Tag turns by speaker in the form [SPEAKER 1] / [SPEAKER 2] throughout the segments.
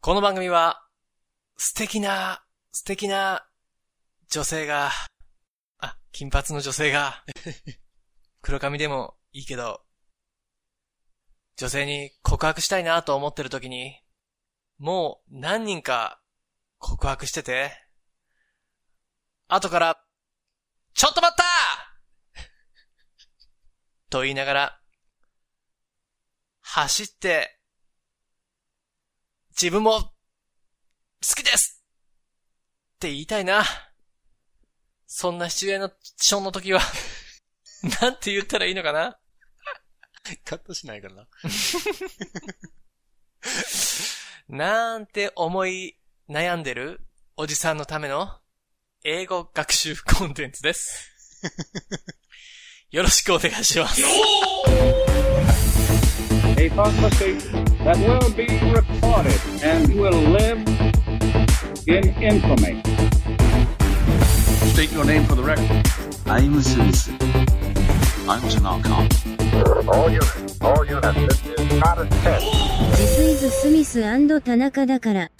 [SPEAKER 1] この番組は、素敵な、素敵な、女性が、あ、金髪の女性が、黒髪でもいいけど、女性に告白したいなと思ってる時に、もう何人か告白してて、後から、ちょっと待った と言いながら、走って、自分も、好きですって言いたいな。そんなシチュエーションの時は、 なんて言ったらいいのかな
[SPEAKER 2] カットしないからな。
[SPEAKER 1] なんて思い悩んでるおじさんのための英語学習コンテンツ です。よろしくお願いします。
[SPEAKER 3] a conversation that will be recorded and will live in infamy. State your name for the record.
[SPEAKER 4] I'm a citizen. I'm an archon.
[SPEAKER 5] All units, all units, this is not a test.
[SPEAKER 6] ジスイズ・スミス田中だから。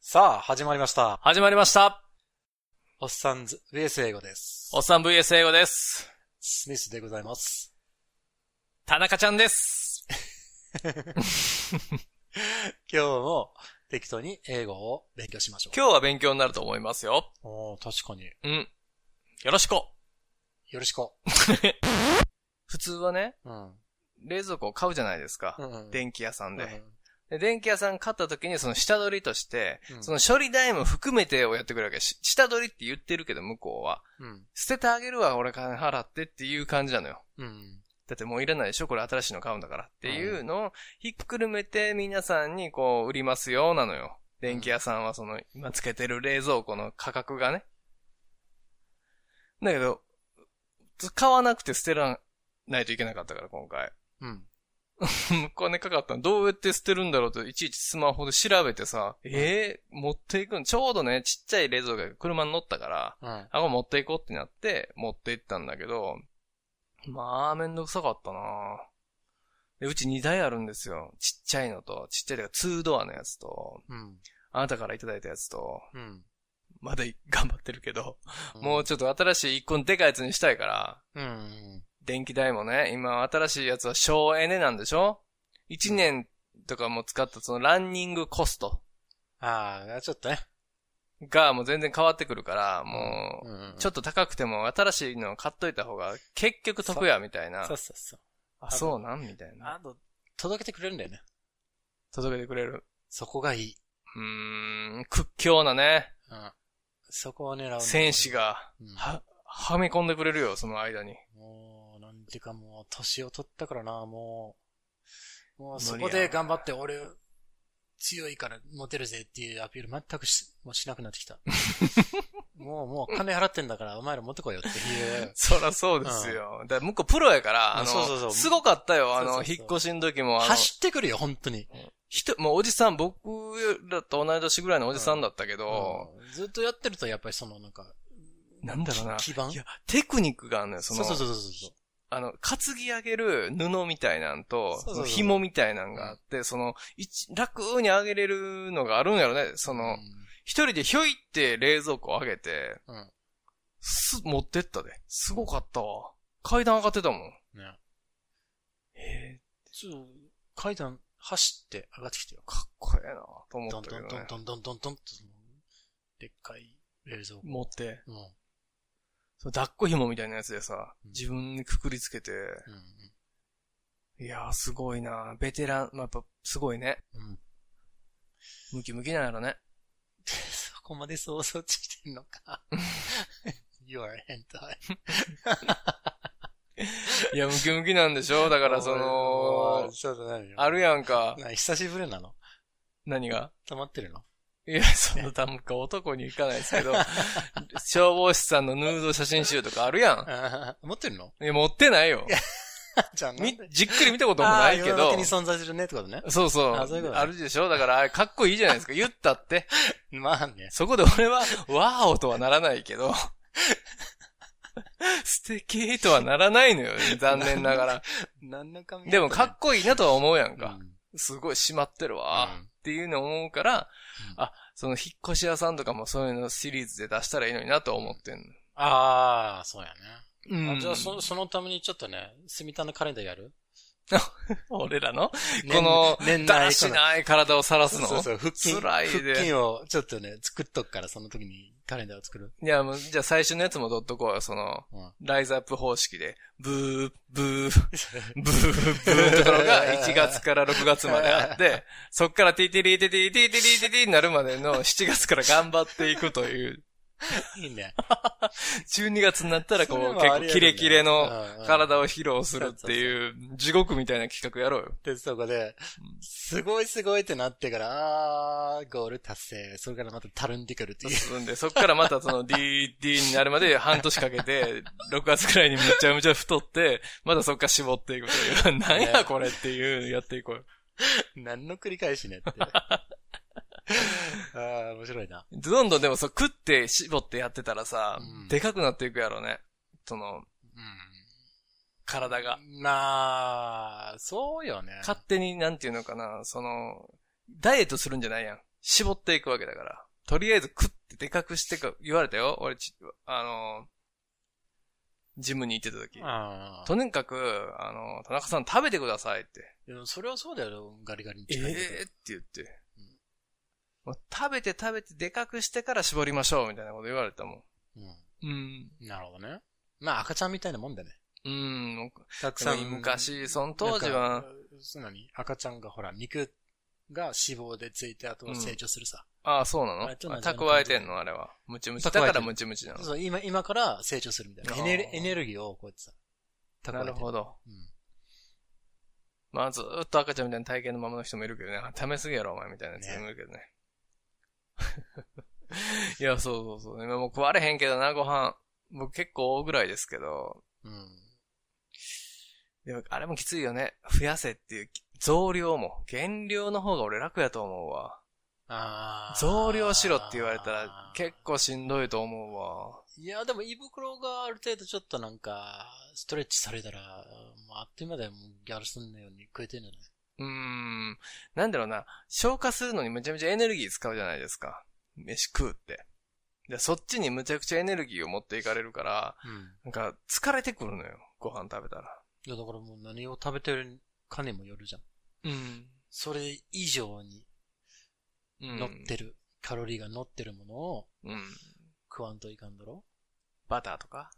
[SPEAKER 2] さあ、始まりました。
[SPEAKER 1] 始まりました。
[SPEAKER 2] おっさんず、ウェース英語です。
[SPEAKER 1] おっさん VS 英語です。
[SPEAKER 2] スミスでございます。
[SPEAKER 1] 田中ちゃんです。
[SPEAKER 2] 今日も適当に英語を勉強しましょう。
[SPEAKER 1] 今日は勉強になると思いますよ。
[SPEAKER 2] おー確かに。
[SPEAKER 1] うん。よろしく。
[SPEAKER 2] よろしく。
[SPEAKER 1] 普通はね、
[SPEAKER 2] うん。うん
[SPEAKER 1] 冷蔵庫を買うじゃないですか。
[SPEAKER 2] うん。
[SPEAKER 1] 電気屋さん
[SPEAKER 2] うん
[SPEAKER 1] で。で、電気屋さん買った時にその下取りとして、
[SPEAKER 2] うん
[SPEAKER 1] その処理代も含めてをやってくれるわけ。し下取りって言ってるけど、向こうは。
[SPEAKER 2] うん。
[SPEAKER 1] 捨ててあげるわ、俺金払ってっていう感じなのよ。
[SPEAKER 2] うん。
[SPEAKER 1] だってもういらないでしょこれ新しいの買うんだからっていうのをひっくるめて皆さんにこう売りますよなのよ。電気屋さんはその今つけてる冷蔵庫の価格がね。だけど、使わなくて捨てらないといけなかったから今回。
[SPEAKER 2] うん。
[SPEAKER 1] お金かかったのどうやって捨てるんだろうといちいちスマホで調べてさ、ええ持っていくんちょうどね、ちっちゃい冷蔵庫が車に乗ったから、
[SPEAKER 2] うん。
[SPEAKER 1] あ、これ持っていこうってなって、持って行ったんだけど、まあ、めんどくさかったなで、うち2台あるんですよ。ちっちゃいのと、ちっちゃいというか、2ドアのやつと、
[SPEAKER 2] うん。
[SPEAKER 1] あなたからいただいたやつと、
[SPEAKER 2] うん。
[SPEAKER 1] まだ頑張ってるけど、もうちょっと新しい1個のでかいやつにしたいから、
[SPEAKER 2] うん、うん。
[SPEAKER 1] 電気代もね、今新しいやつは省エネなんでしょ ?1 年とかも使ったそのランニングコスト
[SPEAKER 2] ああ、ちょっとね。
[SPEAKER 1] がもう全然変わってくるから、も
[SPEAKER 2] うんうん
[SPEAKER 1] う、ちょっと高くても新しいのを買っといた方が結局得やみたいな
[SPEAKER 2] そ。うそうそう。
[SPEAKER 1] あ、そうなんみたいな。
[SPEAKER 2] あと、届けてくれるんだよね。
[SPEAKER 1] 届けてくれる。
[SPEAKER 2] そこがいい。
[SPEAKER 1] うーん、屈強なね、
[SPEAKER 2] うん。そこを狙う。
[SPEAKER 1] 戦士。が、
[SPEAKER 2] うん
[SPEAKER 1] は、はめ込んでくれるよ、その間に。
[SPEAKER 2] もう、なんていうかもう、年を取ったからな、もう、もう
[SPEAKER 1] 無理
[SPEAKER 2] そこ
[SPEAKER 1] や
[SPEAKER 2] で
[SPEAKER 1] な
[SPEAKER 2] 頑張って、俺、強いからモテるぜっていうアピール全くしもうしなくなっ てきた。もう、もう金払ってんだから、お前ら持ってこいよっ ていう。
[SPEAKER 1] そらそうですよ。だから向こうプロやから、あの、
[SPEAKER 2] そうそうそう
[SPEAKER 1] すごかったよ、あの、
[SPEAKER 2] そうそうそう
[SPEAKER 1] 引っ越しの時も、あの、
[SPEAKER 2] 走ってくるよ、本当に。
[SPEAKER 1] 人、もうおじさん、僕らと同い年ぐらいのおじさんだったけど、
[SPEAKER 2] うんずっとやってると、やっぱりその、なんか、
[SPEAKER 1] なんだろうな。
[SPEAKER 2] 基基盤
[SPEAKER 1] いや、テクニックがあるのよ、そ
[SPEAKER 2] そう
[SPEAKER 1] の、
[SPEAKER 2] そうそうそうそう。
[SPEAKER 1] あの、担ぎ上げる布みたいなんと、
[SPEAKER 2] そうそうそう
[SPEAKER 1] その紐みたいなんがあって、その、一楽に上げれるのがあるんやろね。その、一人でひょいって冷蔵庫を上げて、
[SPEAKER 2] うん
[SPEAKER 1] す、持ってったで。すごかったわ。階段上がってたもん。
[SPEAKER 2] うんね。
[SPEAKER 1] え
[SPEAKER 2] ちょっと階段、走って上がってきてよ。
[SPEAKER 1] かっこええなと思
[SPEAKER 2] ど
[SPEAKER 1] っ
[SPEAKER 2] ん
[SPEAKER 1] た
[SPEAKER 2] ど
[SPEAKER 1] け
[SPEAKER 2] ん
[SPEAKER 1] ど
[SPEAKER 2] どん
[SPEAKER 1] ね。
[SPEAKER 2] どんどんどんどんと、そのでっかい冷蔵庫。
[SPEAKER 1] 持って、
[SPEAKER 2] うん。うん
[SPEAKER 1] その抱っこ紐みたいなやつでさ、
[SPEAKER 2] うん
[SPEAKER 1] 自分にくくりつけて、いやー、すごいなベテラン、まあ、やっぱ、すごいね。
[SPEAKER 2] うん。うん。
[SPEAKER 1] ムキムキなんやろね。
[SPEAKER 2] そこまで想像してんのか。you are hentai.
[SPEAKER 1] いや、ムキムキなんでし ょだ
[SPEAKER 2] だ
[SPEAKER 1] から、その、
[SPEAKER 2] そうだね。
[SPEAKER 1] あるやん か。
[SPEAKER 2] な久しぶりなの
[SPEAKER 1] 何が
[SPEAKER 2] 溜まってるの
[SPEAKER 1] いや、そんな多分か男に行かないですけど、消防士さんのヌード写真集とかあるやん。
[SPEAKER 2] あー持ってるの
[SPEAKER 1] いや、持ってないよ。
[SPEAKER 2] じゃあ、
[SPEAKER 1] み、じっくり見たことも
[SPEAKER 2] あ
[SPEAKER 1] な
[SPEAKER 2] ー
[SPEAKER 1] いけ
[SPEAKER 2] 世の
[SPEAKER 1] ど
[SPEAKER 2] 中に。存在するねってことね。
[SPEAKER 1] そうそう。
[SPEAKER 2] あそういうことね
[SPEAKER 1] あるでしょだから、あれ、かっこいいじゃないですか。言ったって。
[SPEAKER 2] まあね。
[SPEAKER 1] そこで俺は、ワーオとはならないけど、 素敵とはならないのよ、残念ながら。
[SPEAKER 2] 何の髪
[SPEAKER 1] でも、かっこいいなとは思うやん
[SPEAKER 2] こいい
[SPEAKER 1] か。すごい締まってるわ。
[SPEAKER 2] ん。
[SPEAKER 1] っていうのを思うから、あ、その引っ越し屋さんとかもそういうのシリーズで出したらいいのになと思ってんの。
[SPEAKER 2] ああ、そうやね。
[SPEAKER 1] う
[SPEAKER 2] あじゃあそ、そのためにちょっとね、住みたのカレンダーや る
[SPEAKER 1] 俺らの
[SPEAKER 2] 年
[SPEAKER 1] この、
[SPEAKER 2] 年
[SPEAKER 1] だ
[SPEAKER 2] 内
[SPEAKER 1] らしない体を晒すの
[SPEAKER 2] そうそう、腹筋。
[SPEAKER 1] 辛いで
[SPEAKER 2] 腹筋をちょっとね、作っとくから、その時にカレンダーを作る。
[SPEAKER 1] いや、もう、じゃあ最初のやつも取っとこうよ、その、
[SPEAKER 2] うん
[SPEAKER 1] ライズアップ方式で、ブー、ブー、ブー、ブーのところが1月から6月まであって、そっからティティリーティティリーティティリーティティになるまでの7月から頑張っていくという、
[SPEAKER 2] いいね。
[SPEAKER 1] 12月になったらこう
[SPEAKER 2] それも
[SPEAKER 1] 結
[SPEAKER 2] あ
[SPEAKER 1] 構
[SPEAKER 2] りやね
[SPEAKER 1] キレキレの
[SPEAKER 2] うんうん
[SPEAKER 1] 体を披露するっていう地獄みたいな企画やろうよ。
[SPEAKER 2] で、そこで、すごいすごいってなってから、あー、ゴール達成。それからまたたるんでく るっていう。
[SPEAKER 1] 進んで、そっからまたその DD になるまで半年かけて、6月くらいにめちゃめちゃ太って、またそっから絞っていくという、 なんやこれっていう、やっていこうよ。
[SPEAKER 2] 何の繰り返しねって。 あー、面白いな。
[SPEAKER 1] どんどんでもそう、食って絞ってやってたらさ、
[SPEAKER 2] うん
[SPEAKER 1] でかくなっていくやろね。その、
[SPEAKER 2] う
[SPEAKER 1] 体が。
[SPEAKER 2] ん。まあ、そうよね。
[SPEAKER 1] 勝手になんていうのかな、その、ダイエットするんじゃないやん。絞っていくわけだから。とりあえず食ってでかくしてか、言われたよ。俺ち、あの、ジムに行ってた時。
[SPEAKER 2] あー
[SPEAKER 1] とにかく、あの、田中さん食べてくださいって。
[SPEAKER 2] でもそれはそうだよ、ガリガリに
[SPEAKER 1] ええ
[SPEAKER 2] 近いけど
[SPEAKER 1] って言って。もう食べて食べてでかくしてから絞りましょうみたいなこと言われたもん。うん。
[SPEAKER 2] うん。なるほどね。まあ、赤ちゃんみたいなもんだね。
[SPEAKER 1] うん。もう
[SPEAKER 2] たく
[SPEAKER 1] でも昔、その当時は、。
[SPEAKER 2] その何赤ちゃんがほら、肉が脂肪でついて、あとは成長するさ。
[SPEAKER 1] ああ、そうなの
[SPEAKER 2] あれと同じ
[SPEAKER 1] 蓄えてんのあれは。ムチムチ。だからムチムチな
[SPEAKER 2] そう
[SPEAKER 1] の。
[SPEAKER 2] そう今、今から成長するみたいな。エネル
[SPEAKER 1] あー
[SPEAKER 2] エネルギーをこうやってさ、蓄え
[SPEAKER 1] な
[SPEAKER 2] て
[SPEAKER 1] るほど。
[SPEAKER 2] うん
[SPEAKER 1] まあ、ずーっと赤ちゃんみたいな体型のままの人もいるけどね。食べすぎやろ、お前みたいなやつもいるけど ね。いや、そうそうそう。今もう食われへんけどな、ご飯。僕結構大ぐらいですけど。
[SPEAKER 2] うん。
[SPEAKER 1] でも、あれもきついよね。増やせっていう、増量も。減量の方が俺楽やと思うわ。
[SPEAKER 2] あー
[SPEAKER 1] 増量しろって言われたら、結構しんどいと思うわ。
[SPEAKER 2] いや、でも胃袋がある程度ちょっとなんか、ストレッチされたら、もうあっという間だよ、もうギャルソンのように食えてるんじゃないう
[SPEAKER 1] ーん。なんだろうな。消化するのにめちゃめちゃエネルギー使うじゃないですか。飯食うって。で、そっちにむちゃくちゃエネルギーを持っていかれるから、
[SPEAKER 2] う
[SPEAKER 1] な
[SPEAKER 2] ん。
[SPEAKER 1] んか疲れてくるのよ。ご飯食べたら。
[SPEAKER 2] いや、だからもう何を食べてるかにもよるじゃ
[SPEAKER 1] う
[SPEAKER 2] ん。
[SPEAKER 1] ん。
[SPEAKER 2] それ以上に
[SPEAKER 1] うん。
[SPEAKER 2] 乗ってる、カロリーが乗ってるものを
[SPEAKER 1] うん。
[SPEAKER 2] 食わんといかんだろ
[SPEAKER 1] バターとか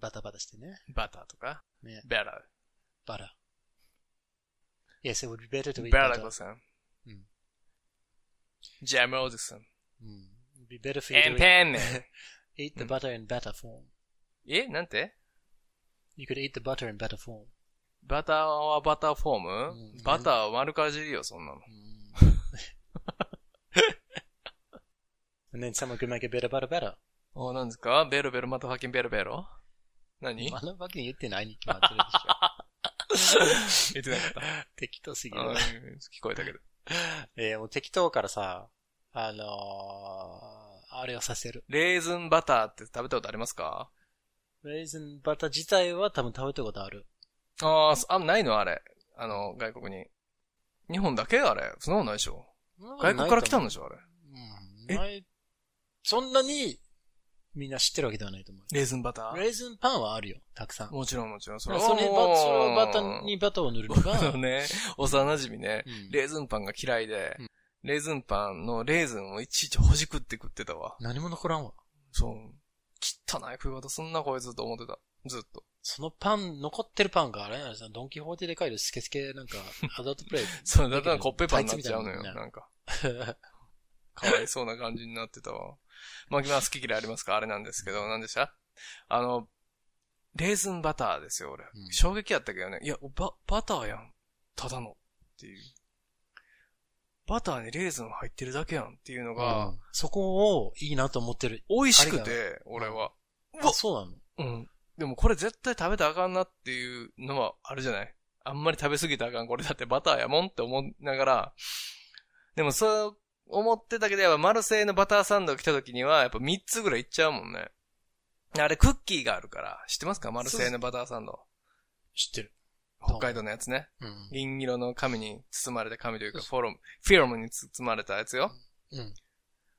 [SPEAKER 2] バタバタしてね。
[SPEAKER 1] バターとか
[SPEAKER 2] ね
[SPEAKER 1] ベラ。
[SPEAKER 2] バラ。Yes, it would be better to eat
[SPEAKER 1] ベ
[SPEAKER 2] butter.
[SPEAKER 1] ラゴさん。
[SPEAKER 2] うん。
[SPEAKER 1] ジャムおじさん。
[SPEAKER 2] うん。It'd be better for
[SPEAKER 1] エ
[SPEAKER 2] you
[SPEAKER 1] ン
[SPEAKER 2] to
[SPEAKER 1] ペンネ
[SPEAKER 2] eat, eat the butter in better form.
[SPEAKER 1] えなんて
[SPEAKER 2] You could eat the butter in better form.
[SPEAKER 1] バターはバターフォーム、
[SPEAKER 2] うん
[SPEAKER 1] バターは丸かじりよ、そんなの。
[SPEAKER 2] and then someone could make it better, better, better.
[SPEAKER 1] お、なんですかベロベロ、またファッキンベロベロ何
[SPEAKER 2] あのわけに言ってないに決まってるで
[SPEAKER 1] 言
[SPEAKER 2] し ょ。
[SPEAKER 1] ってなか った。
[SPEAKER 2] 適当すぎる。
[SPEAKER 1] うん聞こえたけど。
[SPEAKER 2] えー、もう適当からさ、あのー、あれをさせる。
[SPEAKER 1] レーズンバターって食べたことありますか
[SPEAKER 2] レーズンバター自体は多分食べたことある。
[SPEAKER 1] あーそあ、ないのあれ。あの、外国に。日本だけあれ。そんなことないでしょ。外国から来たんでしょあれ。
[SPEAKER 2] うん。
[SPEAKER 1] え
[SPEAKER 2] ないそんなに、みんな知ってるわけではないと思う。
[SPEAKER 1] レーズンバター
[SPEAKER 2] レーズンパンはあるよ、たくさん。
[SPEAKER 1] もちろんもちろん。
[SPEAKER 2] そ
[SPEAKER 1] そ
[SPEAKER 2] れ
[SPEAKER 1] れ
[SPEAKER 2] ばそれをバターにバターを塗るの
[SPEAKER 1] あ
[SPEAKER 2] が、
[SPEAKER 1] のね、幼馴染みね
[SPEAKER 2] う、ん
[SPEAKER 1] レーズンパンが嫌いで
[SPEAKER 2] う、
[SPEAKER 1] レーズンパンのレーズンをいちいちほじくって食ってたわ。
[SPEAKER 2] 何も残らんわ。
[SPEAKER 1] そう。汚い食い方すんな、こいつと思ってた。ずっと。
[SPEAKER 2] そのパン、残ってるパンがあれなんですよドンキホーテで買えるスケスケ なんか、アダルトプレイ。
[SPEAKER 1] そう、だからコッペパンになっちゃうのよ、
[SPEAKER 2] タイツみたいな
[SPEAKER 1] なんか。かわいそうな感じになってたわ。 まあ、今好き嫌いありますかあれなんですけど、なんでしたあの、レーズンバターですよ、俺。
[SPEAKER 2] うん
[SPEAKER 1] 衝撃やったけどね。いや、バ、バターやん。ただの。っていう。バターにレーズン入ってるだけやんっていうのが、
[SPEAKER 2] そこをいいなと思ってる。
[SPEAKER 1] 美味しく
[SPEAKER 2] あれ
[SPEAKER 1] て、俺は。うわ
[SPEAKER 2] あそうなの
[SPEAKER 1] うん。でもこれ絶対食べたらあかんなっていうのはあるじゃないあんまり食べ過ぎたらあかん。これだってバターやもんって思いながら、でもそう思ってたけど、やっぱマルセイのバターサンド来た時には、やっぱ3つぐらいいっちゃうもんね。あれクッキーがあるから、知ってますかマルセイのバターサンド。
[SPEAKER 2] 知ってる。
[SPEAKER 1] 北海道のやつね。
[SPEAKER 2] うん。
[SPEAKER 1] 銀色の紙に包まれた紙というか、フォロム、フィルムに包まれたやつよ。
[SPEAKER 2] うん。。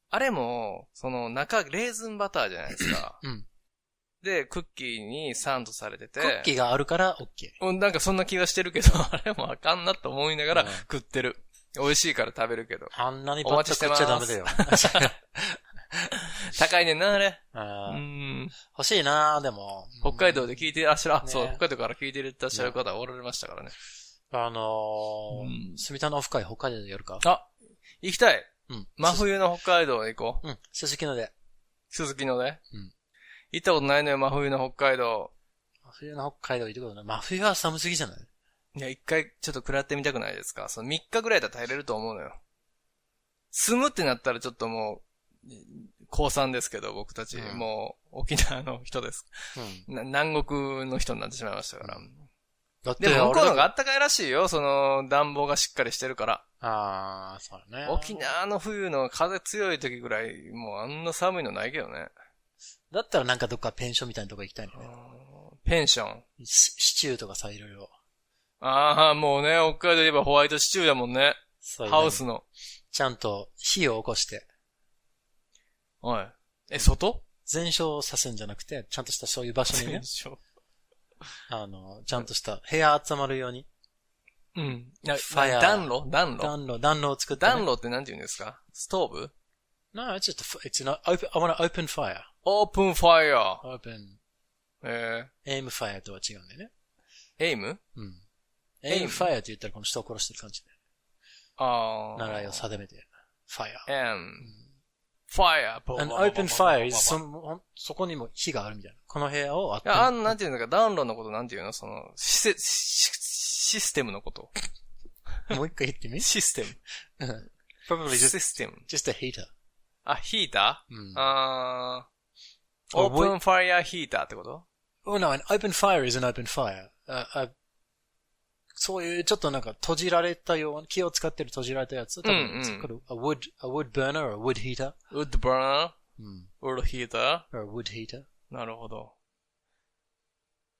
[SPEAKER 1] あれも、その中、レーズンバターじゃないですか
[SPEAKER 2] うん。
[SPEAKER 1] で、クッキーにサンドされてて。
[SPEAKER 2] クッキーがあるから、オッケ
[SPEAKER 1] うん、なんかそんな気がしてるけど、 あれもあかんなと思いながら
[SPEAKER 2] うん
[SPEAKER 1] 食ってる。美味しいから食べるけど。
[SPEAKER 2] ー。あんなにバッチ食っちゃダメだよ。
[SPEAKER 1] 高いねんな、あれ。う
[SPEAKER 2] あー
[SPEAKER 1] ん。
[SPEAKER 2] 欲しいなでも。
[SPEAKER 1] 北海道で聞いてらっしゃる、あ、
[SPEAKER 2] ね
[SPEAKER 1] そう、北海道から聞いてらっしゃる方おられましたからね。
[SPEAKER 2] あのー
[SPEAKER 1] うん
[SPEAKER 2] 住田のオフ会北海道でやるか
[SPEAKER 1] あ、行きたい
[SPEAKER 2] うん。
[SPEAKER 1] 真冬の北海道へ行こう。
[SPEAKER 2] うん。鈴木ので。
[SPEAKER 1] 鈴木のね。
[SPEAKER 2] うん
[SPEAKER 1] 行ったことないのよ、真冬の北海道。
[SPEAKER 2] 真冬の北海道行ってことない。真冬は寒すぎじゃない
[SPEAKER 1] いや、一回ちょっと食らってみたくないですかその3日ぐらいだったら耐えれると思うのよ。住むってなったらちょっともう、高3ですけど、僕たち、
[SPEAKER 2] うん
[SPEAKER 1] もう、沖縄の人です。
[SPEAKER 2] うん。
[SPEAKER 1] な南国の人になってしまいましたから。
[SPEAKER 2] だって
[SPEAKER 1] でも、向こうの方があ
[SPEAKER 2] あ
[SPEAKER 1] ったかいらしいよ。その、暖房がしっかりしてるから。
[SPEAKER 2] あー、そうだね。
[SPEAKER 1] 沖縄の冬の風強い時ぐらい、もうあんな寒いのないけどね。
[SPEAKER 2] だったらなんかどっかペンションみたいなとこ行きたいのね。
[SPEAKER 1] ペンション。
[SPEAKER 2] シシチューとかさ、いろいろ。
[SPEAKER 1] ああ、もうね、北海道で言えばホワイトシチューだもんね。
[SPEAKER 2] そういうの
[SPEAKER 1] ハウスの。
[SPEAKER 2] ちゃんと火を起こして、
[SPEAKER 1] はい。え、外
[SPEAKER 2] 全焼させるんじゃなくて、ちゃんとしたそういう場所に
[SPEAKER 1] ペ
[SPEAKER 2] ね
[SPEAKER 1] ン、ション
[SPEAKER 2] あの、ちゃんとした部屋集まるように、
[SPEAKER 1] うん。な
[SPEAKER 2] ファイヤー
[SPEAKER 1] 暖炉暖炉
[SPEAKER 2] 暖炉、暖炉を作って、ね。
[SPEAKER 1] 暖炉ってなんて言うんですかストーブ
[SPEAKER 2] No, it's just, a, it's an open, I wanna open fire.
[SPEAKER 1] オープンファイヤー。
[SPEAKER 2] Open,
[SPEAKER 1] え
[SPEAKER 2] aim fire とは違うんだよね。
[SPEAKER 1] ー、エイム
[SPEAKER 2] うん。
[SPEAKER 1] Aim
[SPEAKER 2] aim fire って言ったらこの人を殺してる感じで。
[SPEAKER 1] ああ。
[SPEAKER 2] 狙いを定めて、fire.
[SPEAKER 1] M. Fire.
[SPEAKER 2] An open fire is そのそこにも火があるみたいな。この部屋をあっ
[SPEAKER 1] いや、あ
[SPEAKER 2] た
[SPEAKER 1] ん、なんていうんだか、暖炉のことなんていうのその、シスシシステムのこと。
[SPEAKER 2] もう一回言ってみ
[SPEAKER 1] システム。
[SPEAKER 2] Probably
[SPEAKER 1] シ
[SPEAKER 2] just,
[SPEAKER 1] ステム。
[SPEAKER 2] just a heater.
[SPEAKER 1] あ、ヒータ
[SPEAKER 2] う
[SPEAKER 1] ー
[SPEAKER 2] ん。
[SPEAKER 1] あー。オー
[SPEAKER 2] 覚え
[SPEAKER 1] プンファイヤーヒーターってこと
[SPEAKER 2] Oh no, an open fire is an open fire. ああそういうちょっとなんか閉じられたような、木を使ってる閉じられたやつ。多分
[SPEAKER 1] うんうん
[SPEAKER 2] it's called a wood, a wood burner or a wood heater.
[SPEAKER 1] ウッドバ
[SPEAKER 2] う
[SPEAKER 1] ー
[SPEAKER 2] ん。
[SPEAKER 1] ンウッドヒータ
[SPEAKER 2] or a wood heater.
[SPEAKER 1] ーなるほど。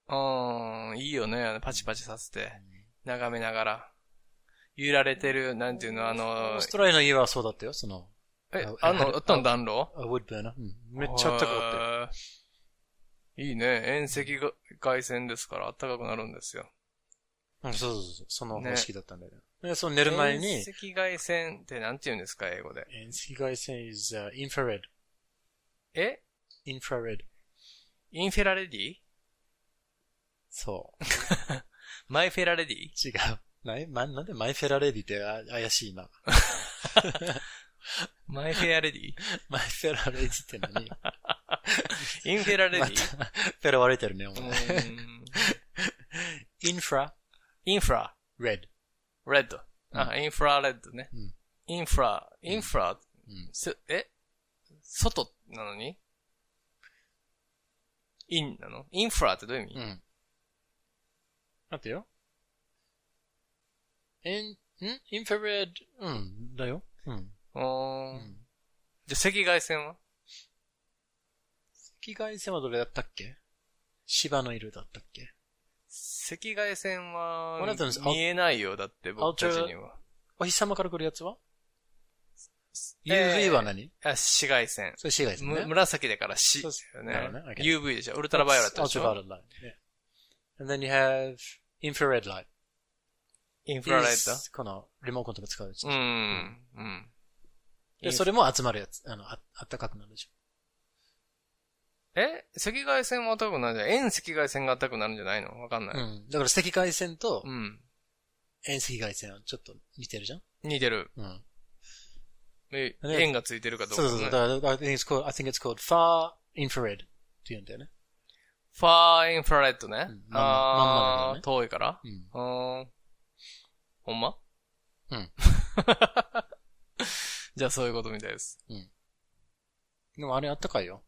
[SPEAKER 1] うーん、いいよね。パチパチさせて。眺めながら。揺られてる、なんていうの、あ
[SPEAKER 2] オ
[SPEAKER 1] の
[SPEAKER 2] ース、トラリアの家はそうだったよ、その、
[SPEAKER 1] え、あの、あったの暖炉
[SPEAKER 2] a wood burner. うんめっちゃあったかかったよ。
[SPEAKER 1] かった。いいね。遠赤外線ですから暖かくなるんですよ。
[SPEAKER 2] うん、そうそうそう。その
[SPEAKER 1] ね
[SPEAKER 2] 方式だったんだよね。で、その寝る前に
[SPEAKER 1] 遠、赤外線ってなんて言うんですか、英語で。
[SPEAKER 2] 遠赤外線 is、uh, infrared.
[SPEAKER 1] え
[SPEAKER 2] infrared.
[SPEAKER 1] インフェラレデ ィ
[SPEAKER 2] そう。
[SPEAKER 1] マイフェラレディ
[SPEAKER 2] 違う。ないま、なんでマイフェラレディってあ怪 しいな。
[SPEAKER 1] マイフェアレディ
[SPEAKER 2] マイフェラレディって何
[SPEAKER 1] インフェラレデ
[SPEAKER 2] ま
[SPEAKER 1] ィ
[SPEAKER 2] た、フェラ割れてるね、お
[SPEAKER 1] う
[SPEAKER 2] 前。
[SPEAKER 1] ーん
[SPEAKER 2] インフラ、
[SPEAKER 1] インフラ、
[SPEAKER 2] レッド。
[SPEAKER 1] レッド。あ、インフラレッドね
[SPEAKER 2] うん。
[SPEAKER 1] インフラ、インフラ
[SPEAKER 2] ん、
[SPEAKER 1] すえ外なのにインなのインフラってどういう意味
[SPEAKER 2] ん。待てよ。えん、んインフラレッド、うん、だよ。うん。
[SPEAKER 1] う
[SPEAKER 2] う
[SPEAKER 1] ーん
[SPEAKER 2] ん。
[SPEAKER 1] じゃあ、赤外線は
[SPEAKER 2] 赤外線はどれだったっけ芝の色だったっけ
[SPEAKER 1] 赤外線は
[SPEAKER 2] これだとです、
[SPEAKER 1] 見えないよ。だって、僕たちには。
[SPEAKER 2] お日様から来るやつは
[SPEAKER 1] えー
[SPEAKER 2] ?UV は何
[SPEAKER 1] あ、紫外線。
[SPEAKER 2] それ紫外線
[SPEAKER 1] む
[SPEAKER 2] ね。
[SPEAKER 1] 紫だから紫
[SPEAKER 2] そ
[SPEAKER 1] だ
[SPEAKER 2] うそ
[SPEAKER 1] よ
[SPEAKER 2] うなるほどね
[SPEAKER 1] ね。
[SPEAKER 2] OK
[SPEAKER 1] UV でしょ。ウルトラバイオレットでし
[SPEAKER 2] Ultraviolet
[SPEAKER 1] ょ。
[SPEAKER 2] light. Yeah. And then you have infrared light.
[SPEAKER 1] インフラレッ
[SPEAKER 2] Is このリモコンとか使うやつ
[SPEAKER 1] ド。う。ん。うん。
[SPEAKER 2] で、それも集まるやつ。あの、ああったかくなるでし
[SPEAKER 1] え赤外線は暖かくなるんじゃない遠赤外線が暖かくなるんじゃないのわかん
[SPEAKER 2] ょ。
[SPEAKER 1] な
[SPEAKER 2] う
[SPEAKER 1] い。
[SPEAKER 2] ん。だから赤外線と
[SPEAKER 1] うん。
[SPEAKER 2] 遠赤外線はちょっと似てるじゃん
[SPEAKER 1] 似てる。
[SPEAKER 2] うん。
[SPEAKER 1] え
[SPEAKER 2] ね
[SPEAKER 1] 円がついてるかどうか
[SPEAKER 2] そう
[SPEAKER 1] ね。
[SPEAKER 2] そうそう。だから I think it's called, I think it's called far infrared って言うんだよね。
[SPEAKER 1] ファーインフラレッドね
[SPEAKER 2] うん。まんままんま
[SPEAKER 1] あ
[SPEAKER 2] のね
[SPEAKER 1] ー、遠いから
[SPEAKER 2] うん。
[SPEAKER 1] うーん。ほんま
[SPEAKER 2] うん。
[SPEAKER 1] じゃあそういうことみたいです。
[SPEAKER 2] でもあれあったかいよ。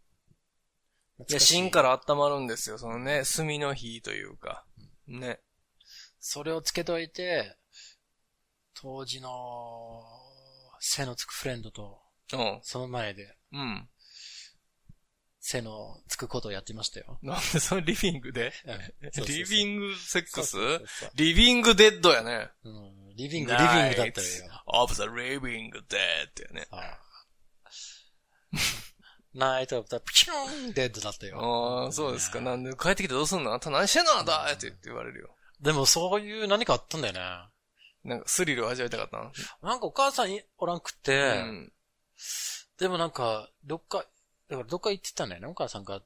[SPEAKER 1] いや、芯から温まるんですよ。そのね、炭の火というか。ね。
[SPEAKER 2] それをつけといて、当時の背のつくフレンドと
[SPEAKER 1] うん。
[SPEAKER 2] その前で
[SPEAKER 1] うん。
[SPEAKER 2] 背のつくことをやってましたよ。
[SPEAKER 1] なんでそのリビングでリビ
[SPEAKER 2] ン
[SPEAKER 1] ングセックス
[SPEAKER 2] そうそうそう
[SPEAKER 1] リビングデッドやね。
[SPEAKER 2] うんリビング、リビングだった
[SPEAKER 1] Nights
[SPEAKER 2] らよ。
[SPEAKER 1] of the living dead やね。
[SPEAKER 2] あナイト・オブ・ザ・ピキューン・デッドだったよ。
[SPEAKER 1] ああ、そうですか。なんで、帰ってきてどうすんのあんた何してんのあんたって言われるよ。
[SPEAKER 2] でもそういう何かあったんだよね。
[SPEAKER 1] なんかスリルを味わいたかったな。
[SPEAKER 2] なんかお母さんいおらんくて、
[SPEAKER 1] うん。
[SPEAKER 2] でもなんか、どっか、だからどっか行ってたんだよね、お母さんが。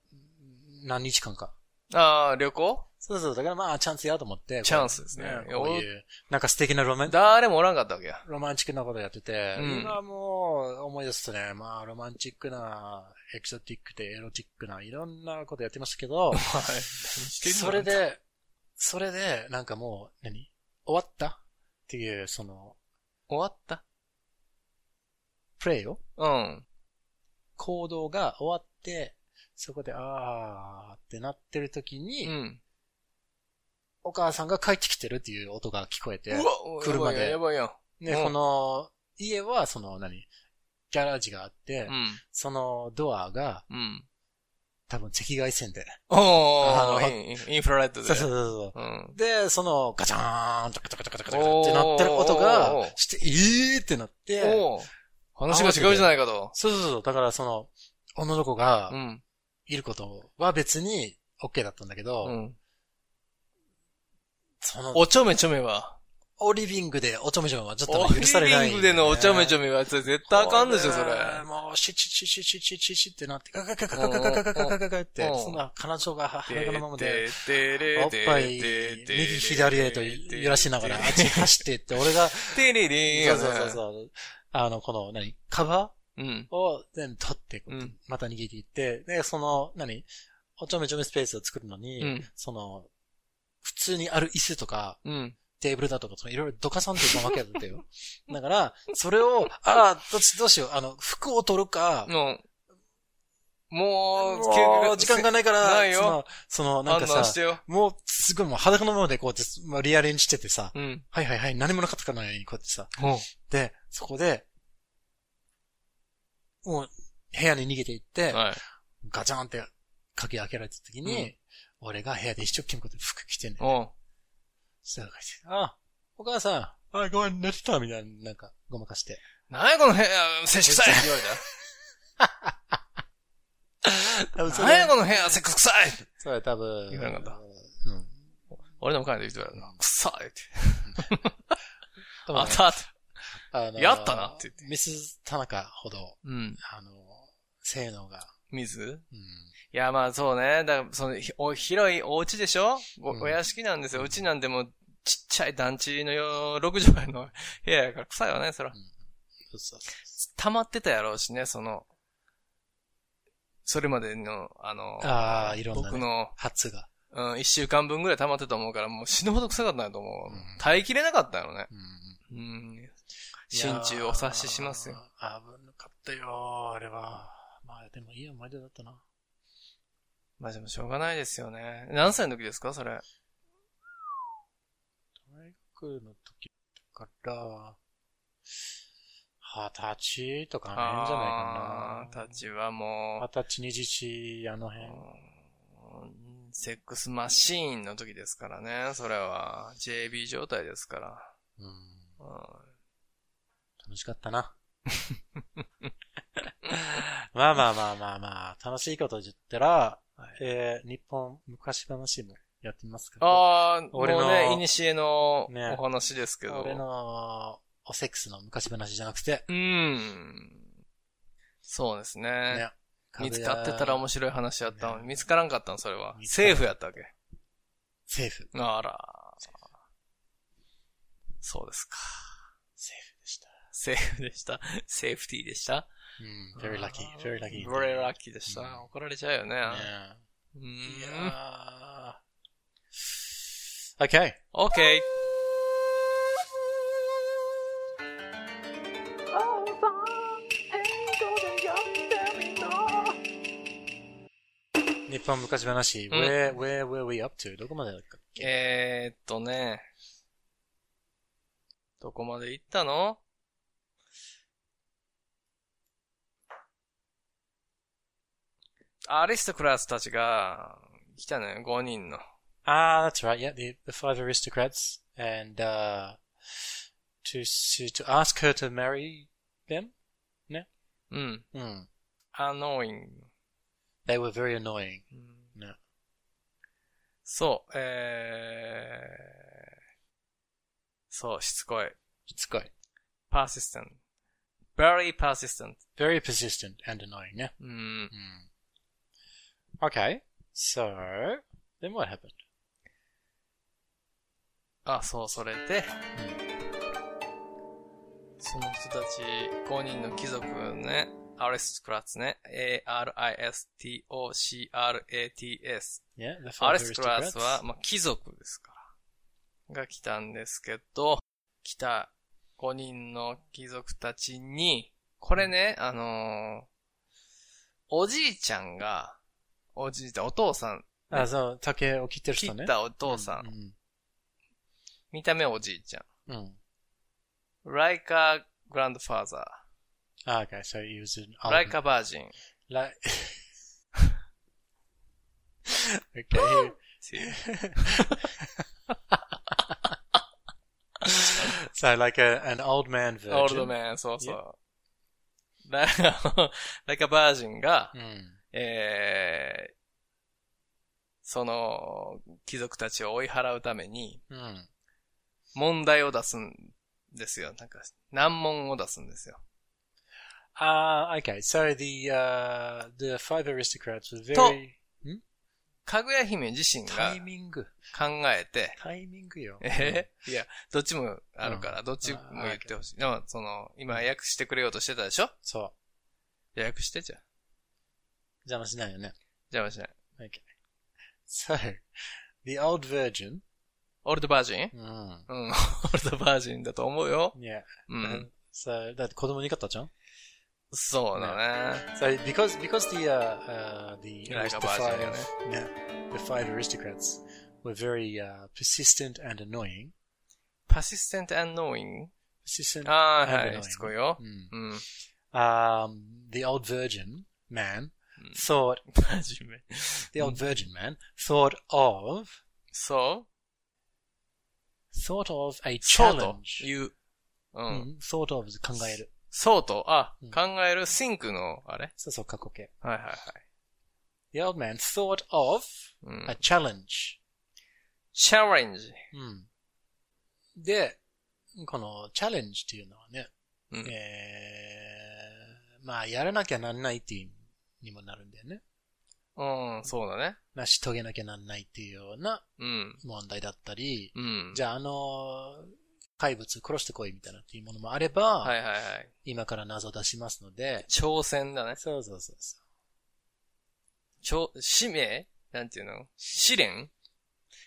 [SPEAKER 2] 何日間か。
[SPEAKER 1] ああ、旅行
[SPEAKER 2] そうそう、だからまあ、チャンスやと思って。
[SPEAKER 1] チャンスですね
[SPEAKER 2] こういう、なんか素敵なロマン、
[SPEAKER 1] 誰もおらんかったわけや。
[SPEAKER 2] ロマンチックなことやってて、
[SPEAKER 1] うん
[SPEAKER 2] 今もう思い出すとね、まあ、ロマンチックな、エクゾティックでエロティックな、いろんなことやってました けど、
[SPEAKER 1] はい。
[SPEAKER 2] それ、で、それで、なんかもう、何終わったっていう、その、
[SPEAKER 1] 終わった
[SPEAKER 2] プレイを
[SPEAKER 1] うん。
[SPEAKER 2] 行動が終わって、そこで、あーってなってる時に、
[SPEAKER 1] うん。
[SPEAKER 2] お母さんが帰ってきてるっていう音が聞こえ
[SPEAKER 1] う
[SPEAKER 2] て、
[SPEAKER 1] わ
[SPEAKER 2] 車で
[SPEAKER 1] やばいやん。
[SPEAKER 2] で、
[SPEAKER 1] うん
[SPEAKER 2] この、家は、その、何ギャラージがあって、
[SPEAKER 1] うん。
[SPEAKER 2] そのドアが、
[SPEAKER 1] うん。
[SPEAKER 2] 多分赤外線で。
[SPEAKER 1] お
[SPEAKER 2] あの
[SPEAKER 1] ー、インインフラレッドで。
[SPEAKER 2] そうそうそうそう。
[SPEAKER 1] うん。
[SPEAKER 2] で、その、ガチャーン、とかとかとかとかってなってる音
[SPEAKER 1] おーおーお
[SPEAKER 2] が
[SPEAKER 1] ー、
[SPEAKER 2] して、えーってなって、
[SPEAKER 1] おー話が違うじゃないかと。
[SPEAKER 2] そうそうそう。だから、その、女の子が
[SPEAKER 1] う、ん。
[SPEAKER 2] いることは別に、OK だったんだけど、
[SPEAKER 1] うん。
[SPEAKER 2] その、
[SPEAKER 1] おちょめちょめは。
[SPEAKER 2] おリビングでおちょめちょめはちょっ
[SPEAKER 1] オ
[SPEAKER 2] と
[SPEAKER 1] フ
[SPEAKER 2] 許されない、
[SPEAKER 1] リビングでのおちゃめちゃ
[SPEAKER 2] め。
[SPEAKER 1] めは絶対あかんでしょ、それ。
[SPEAKER 2] もう、シチシチシチシチシってなって、カカカカカカカカカカカカって、そんな彼女が裸のままで、おっぱい、右左へと揺らしながら、あっち走ってって、俺が、
[SPEAKER 1] てれれ
[SPEAKER 2] そうそうそうそう。あの、この、何カバ
[SPEAKER 1] うん。
[SPEAKER 2] ーを全部取って、
[SPEAKER 1] うん
[SPEAKER 2] また逃げていって、で、その、何おちょめちょめスペースを作るのに、
[SPEAKER 1] うん。
[SPEAKER 2] その、普通にある椅子とか、
[SPEAKER 1] うん。
[SPEAKER 2] テーブルだとか、そのいろいろどかさんといかんわけだったよ。 だから、それを、ああ、どっち、どうしよう、あの、服を取るか、
[SPEAKER 1] もう、もう、
[SPEAKER 2] もう時間がないから、
[SPEAKER 1] ないよ
[SPEAKER 2] その、その、なん
[SPEAKER 1] 判
[SPEAKER 2] か
[SPEAKER 1] 断し
[SPEAKER 2] さ、
[SPEAKER 1] てよ。
[SPEAKER 2] もう、すごいもう裸のままでこうやって、まあ、リアレンジしててさ、
[SPEAKER 1] うん。
[SPEAKER 2] はいはいはい、何もなかったかのようにこうやってさ、
[SPEAKER 1] ほう。
[SPEAKER 2] で、そこで、もう、部屋に逃げていって、
[SPEAKER 1] はい。
[SPEAKER 2] ガチャンって鍵開けられた時に、
[SPEAKER 1] うん
[SPEAKER 2] 俺が部屋で一生懸命こうやって服着てんだよ
[SPEAKER 1] おう。
[SPEAKER 2] そしたら帰ってきて、あ、お母さん、あ、ごめん、寝てた、みたいな、なんか、ごまかして。
[SPEAKER 1] なやこの部屋、セックス臭い
[SPEAKER 2] 多分そ
[SPEAKER 1] なや
[SPEAKER 2] れ、
[SPEAKER 1] この部屋、セックス臭い
[SPEAKER 2] それ多分、
[SPEAKER 1] 言わなかった
[SPEAKER 2] うん。
[SPEAKER 1] 俺でも帰ってきてたら、臭いって。
[SPEAKER 2] 多分
[SPEAKER 1] あったって。
[SPEAKER 2] あの
[SPEAKER 1] やったなって言って
[SPEAKER 2] ミス・田中ほど、
[SPEAKER 1] うん。
[SPEAKER 2] あの、性能が、
[SPEAKER 1] 水
[SPEAKER 2] うん。
[SPEAKER 1] いや、まあそうね。だから、その、ひお広いお家でしょお,、
[SPEAKER 2] うん
[SPEAKER 1] お屋敷なんですよ。うちなんてもう、ちっちゃい団地のよ、6畳の部屋やから臭いわね、そら。
[SPEAKER 2] そうそうそ
[SPEAKER 1] 溜まってたやろうしね、その、それまでの、あの、
[SPEAKER 2] うああ、いろんな、ね、
[SPEAKER 1] 僕の、
[SPEAKER 2] 発が。
[SPEAKER 1] うん、一週間分ぐらい溜まってたと思うから、もう死ぬほど臭かったんやと思う。
[SPEAKER 2] うん
[SPEAKER 1] 耐えきれなかったよね。
[SPEAKER 2] うん。
[SPEAKER 1] うん。心中お察ししますよ。
[SPEAKER 2] い。やー危なかったよ、あれは。まあ、でもいい思い出だったな。
[SPEAKER 1] まあでもしょうがないですよね。何歳の時ですか、それ。
[SPEAKER 2] 大学の時だから、二十歳とかあの辺じゃないか
[SPEAKER 1] たちはもう
[SPEAKER 2] な。、二十歳、二十歳、あの辺。
[SPEAKER 1] うんセックスマシーンの時ですからね、それは。JB 状態ですから。
[SPEAKER 2] うん。
[SPEAKER 1] うん
[SPEAKER 2] 楽しかったな。まあまあまあまあまあ、楽しいこと言ったら、えー、日本昔話もやってみますか
[SPEAKER 1] ああ、俺
[SPEAKER 2] 俺の
[SPEAKER 1] のね、いにしえの
[SPEAKER 2] ね
[SPEAKER 1] お話ですけど。
[SPEAKER 2] 俺のおセックスの昔話じゃなくて、
[SPEAKER 1] うん。そうですね。
[SPEAKER 2] ね。
[SPEAKER 1] 見つかってたら面白い話やったのに、見つからんかったの、それは。
[SPEAKER 2] 見つから
[SPEAKER 1] セ
[SPEAKER 2] ん
[SPEAKER 1] ーフやったわけ。
[SPEAKER 2] セーフ。
[SPEAKER 1] あら。そうですか。
[SPEAKER 2] セーフでした。
[SPEAKER 1] セーフでした。セーフティーでした。
[SPEAKER 2] うん、very lucky, very lucky.
[SPEAKER 1] very lucky でし
[SPEAKER 2] うん
[SPEAKER 1] た。怒られちゃうよね。
[SPEAKER 2] Yeah.
[SPEAKER 1] うん
[SPEAKER 2] Yeah. Okay.
[SPEAKER 1] Okay.
[SPEAKER 2] Nippon 昔話、where, where were we up to? どこまでだっけ
[SPEAKER 1] えーっとね。どこまで行ったのアリストクラスたちが来たのよ、5人の。
[SPEAKER 2] Ah, that's right. Yeah, the, the five aristocrats and uh, to to to ask her to marry them.
[SPEAKER 1] うん。
[SPEAKER 2] Hmm.
[SPEAKER 1] アノイン。
[SPEAKER 2] They were very annoying. ね
[SPEAKER 1] そう、えー、そう、しつこい。
[SPEAKER 2] It's good.
[SPEAKER 1] persistent. very persistent.
[SPEAKER 2] Very persistent and annoying. Yeah.
[SPEAKER 1] うん。
[SPEAKER 2] Hmm. Okay. So then what happened?
[SPEAKER 1] あ、そう、それで、その人たち5人の貴族ね、アリストクラッツね、A-R-I-S-T-O-C-R-A-T-S。
[SPEAKER 2] Yeah, the five
[SPEAKER 1] アリストクラッ
[SPEAKER 2] aristocrats.
[SPEAKER 1] ツは、まあ、貴族ですから。が来たんですけど、来た5人の貴族たちに、これね、あのーおじいちゃんが、おじいちゃん、お父さん、
[SPEAKER 2] Ah, so take を切ってる
[SPEAKER 1] 切
[SPEAKER 2] 人ね。
[SPEAKER 1] ったお父さん、
[SPEAKER 2] Hmm,
[SPEAKER 1] 見た目おじいちゃん。
[SPEAKER 2] うん。うん。
[SPEAKER 1] ライカーグランドファーザ
[SPEAKER 2] Ah, okay. So he was an
[SPEAKER 1] ー。
[SPEAKER 2] old.
[SPEAKER 1] ライカーバージンっ
[SPEAKER 2] Like. okay.
[SPEAKER 1] ていう。
[SPEAKER 2] so like a an old man version.
[SPEAKER 1] オールドメン、そうそう。ライライカーバージンが、
[SPEAKER 2] Hmm.
[SPEAKER 1] えー、その、貴族たちを追い払うために、
[SPEAKER 2] うん。うん。
[SPEAKER 1] 問題を出すんですよ。なんか、難問を出すんですよ。
[SPEAKER 2] Ah, okay. So the uh the five aristocrats were
[SPEAKER 1] と
[SPEAKER 2] very
[SPEAKER 1] かぐや姫自身が
[SPEAKER 2] タイミング
[SPEAKER 1] 考えて、
[SPEAKER 2] タイミングよ。
[SPEAKER 1] えーいや、どっちもあるから、
[SPEAKER 2] うん
[SPEAKER 1] どっちも言ってほしい。でも、その、今、訳してくれようとしてたでしょ
[SPEAKER 2] そ
[SPEAKER 1] 訳してじゃん。
[SPEAKER 2] う。邪魔しないよね。
[SPEAKER 1] 邪魔しない。
[SPEAKER 2] Okay. So the old virgin.
[SPEAKER 1] オールドバージン
[SPEAKER 2] うん。
[SPEAKER 1] うん、オ ールドバージンだと思うよ。
[SPEAKER 2] Yeah. um,
[SPEAKER 1] うん。
[SPEAKER 2] So だって子供にかったじゃん
[SPEAKER 1] そうだね。
[SPEAKER 2] So because because the uh, uh, the,
[SPEAKER 1] Like
[SPEAKER 2] the
[SPEAKER 1] a buzzer,
[SPEAKER 2] five yeah, the five aristocrats were very uh, persistent and annoying.
[SPEAKER 1] persistent and knowing.
[SPEAKER 2] Persistent.
[SPEAKER 1] ああ、は
[SPEAKER 2] and
[SPEAKER 1] い、しつこいよ。
[SPEAKER 2] Mm.
[SPEAKER 1] うん。
[SPEAKER 2] Um, the old virgin man thought
[SPEAKER 1] 真面目。
[SPEAKER 2] the old virgin man thought of
[SPEAKER 1] そ
[SPEAKER 2] thought of a
[SPEAKER 1] うそうと
[SPEAKER 2] challenge.
[SPEAKER 1] いう。うん。
[SPEAKER 2] Mm, thought of 考える。
[SPEAKER 1] そうと、あ
[SPEAKER 2] うん、
[SPEAKER 1] 考える think の、あれ
[SPEAKER 2] そうそう過去形。
[SPEAKER 1] はいはいはい。
[SPEAKER 2] The old man thought of
[SPEAKER 1] う
[SPEAKER 2] a
[SPEAKER 1] ん。
[SPEAKER 2] challenge.
[SPEAKER 1] challenge。
[SPEAKER 2] うん。で、このチャレンジっていうのはね、
[SPEAKER 1] うん
[SPEAKER 2] えーまあ、やらなきゃなんないっていう意味にもなるんだよね。
[SPEAKER 1] うん、そうだね。
[SPEAKER 2] 成し遂げなきゃなんないっていうような
[SPEAKER 1] うん。
[SPEAKER 2] 問題だったり、
[SPEAKER 1] うん。
[SPEAKER 2] じゃあ、あの、怪物殺してこいみたいなっていうものもあれば、
[SPEAKER 1] はいはいはい。
[SPEAKER 2] 今から謎を出しますので、
[SPEAKER 1] 挑戦だね。
[SPEAKER 2] そうそうそうそ
[SPEAKER 1] 挑、使命なんていうの試練
[SPEAKER 2] う。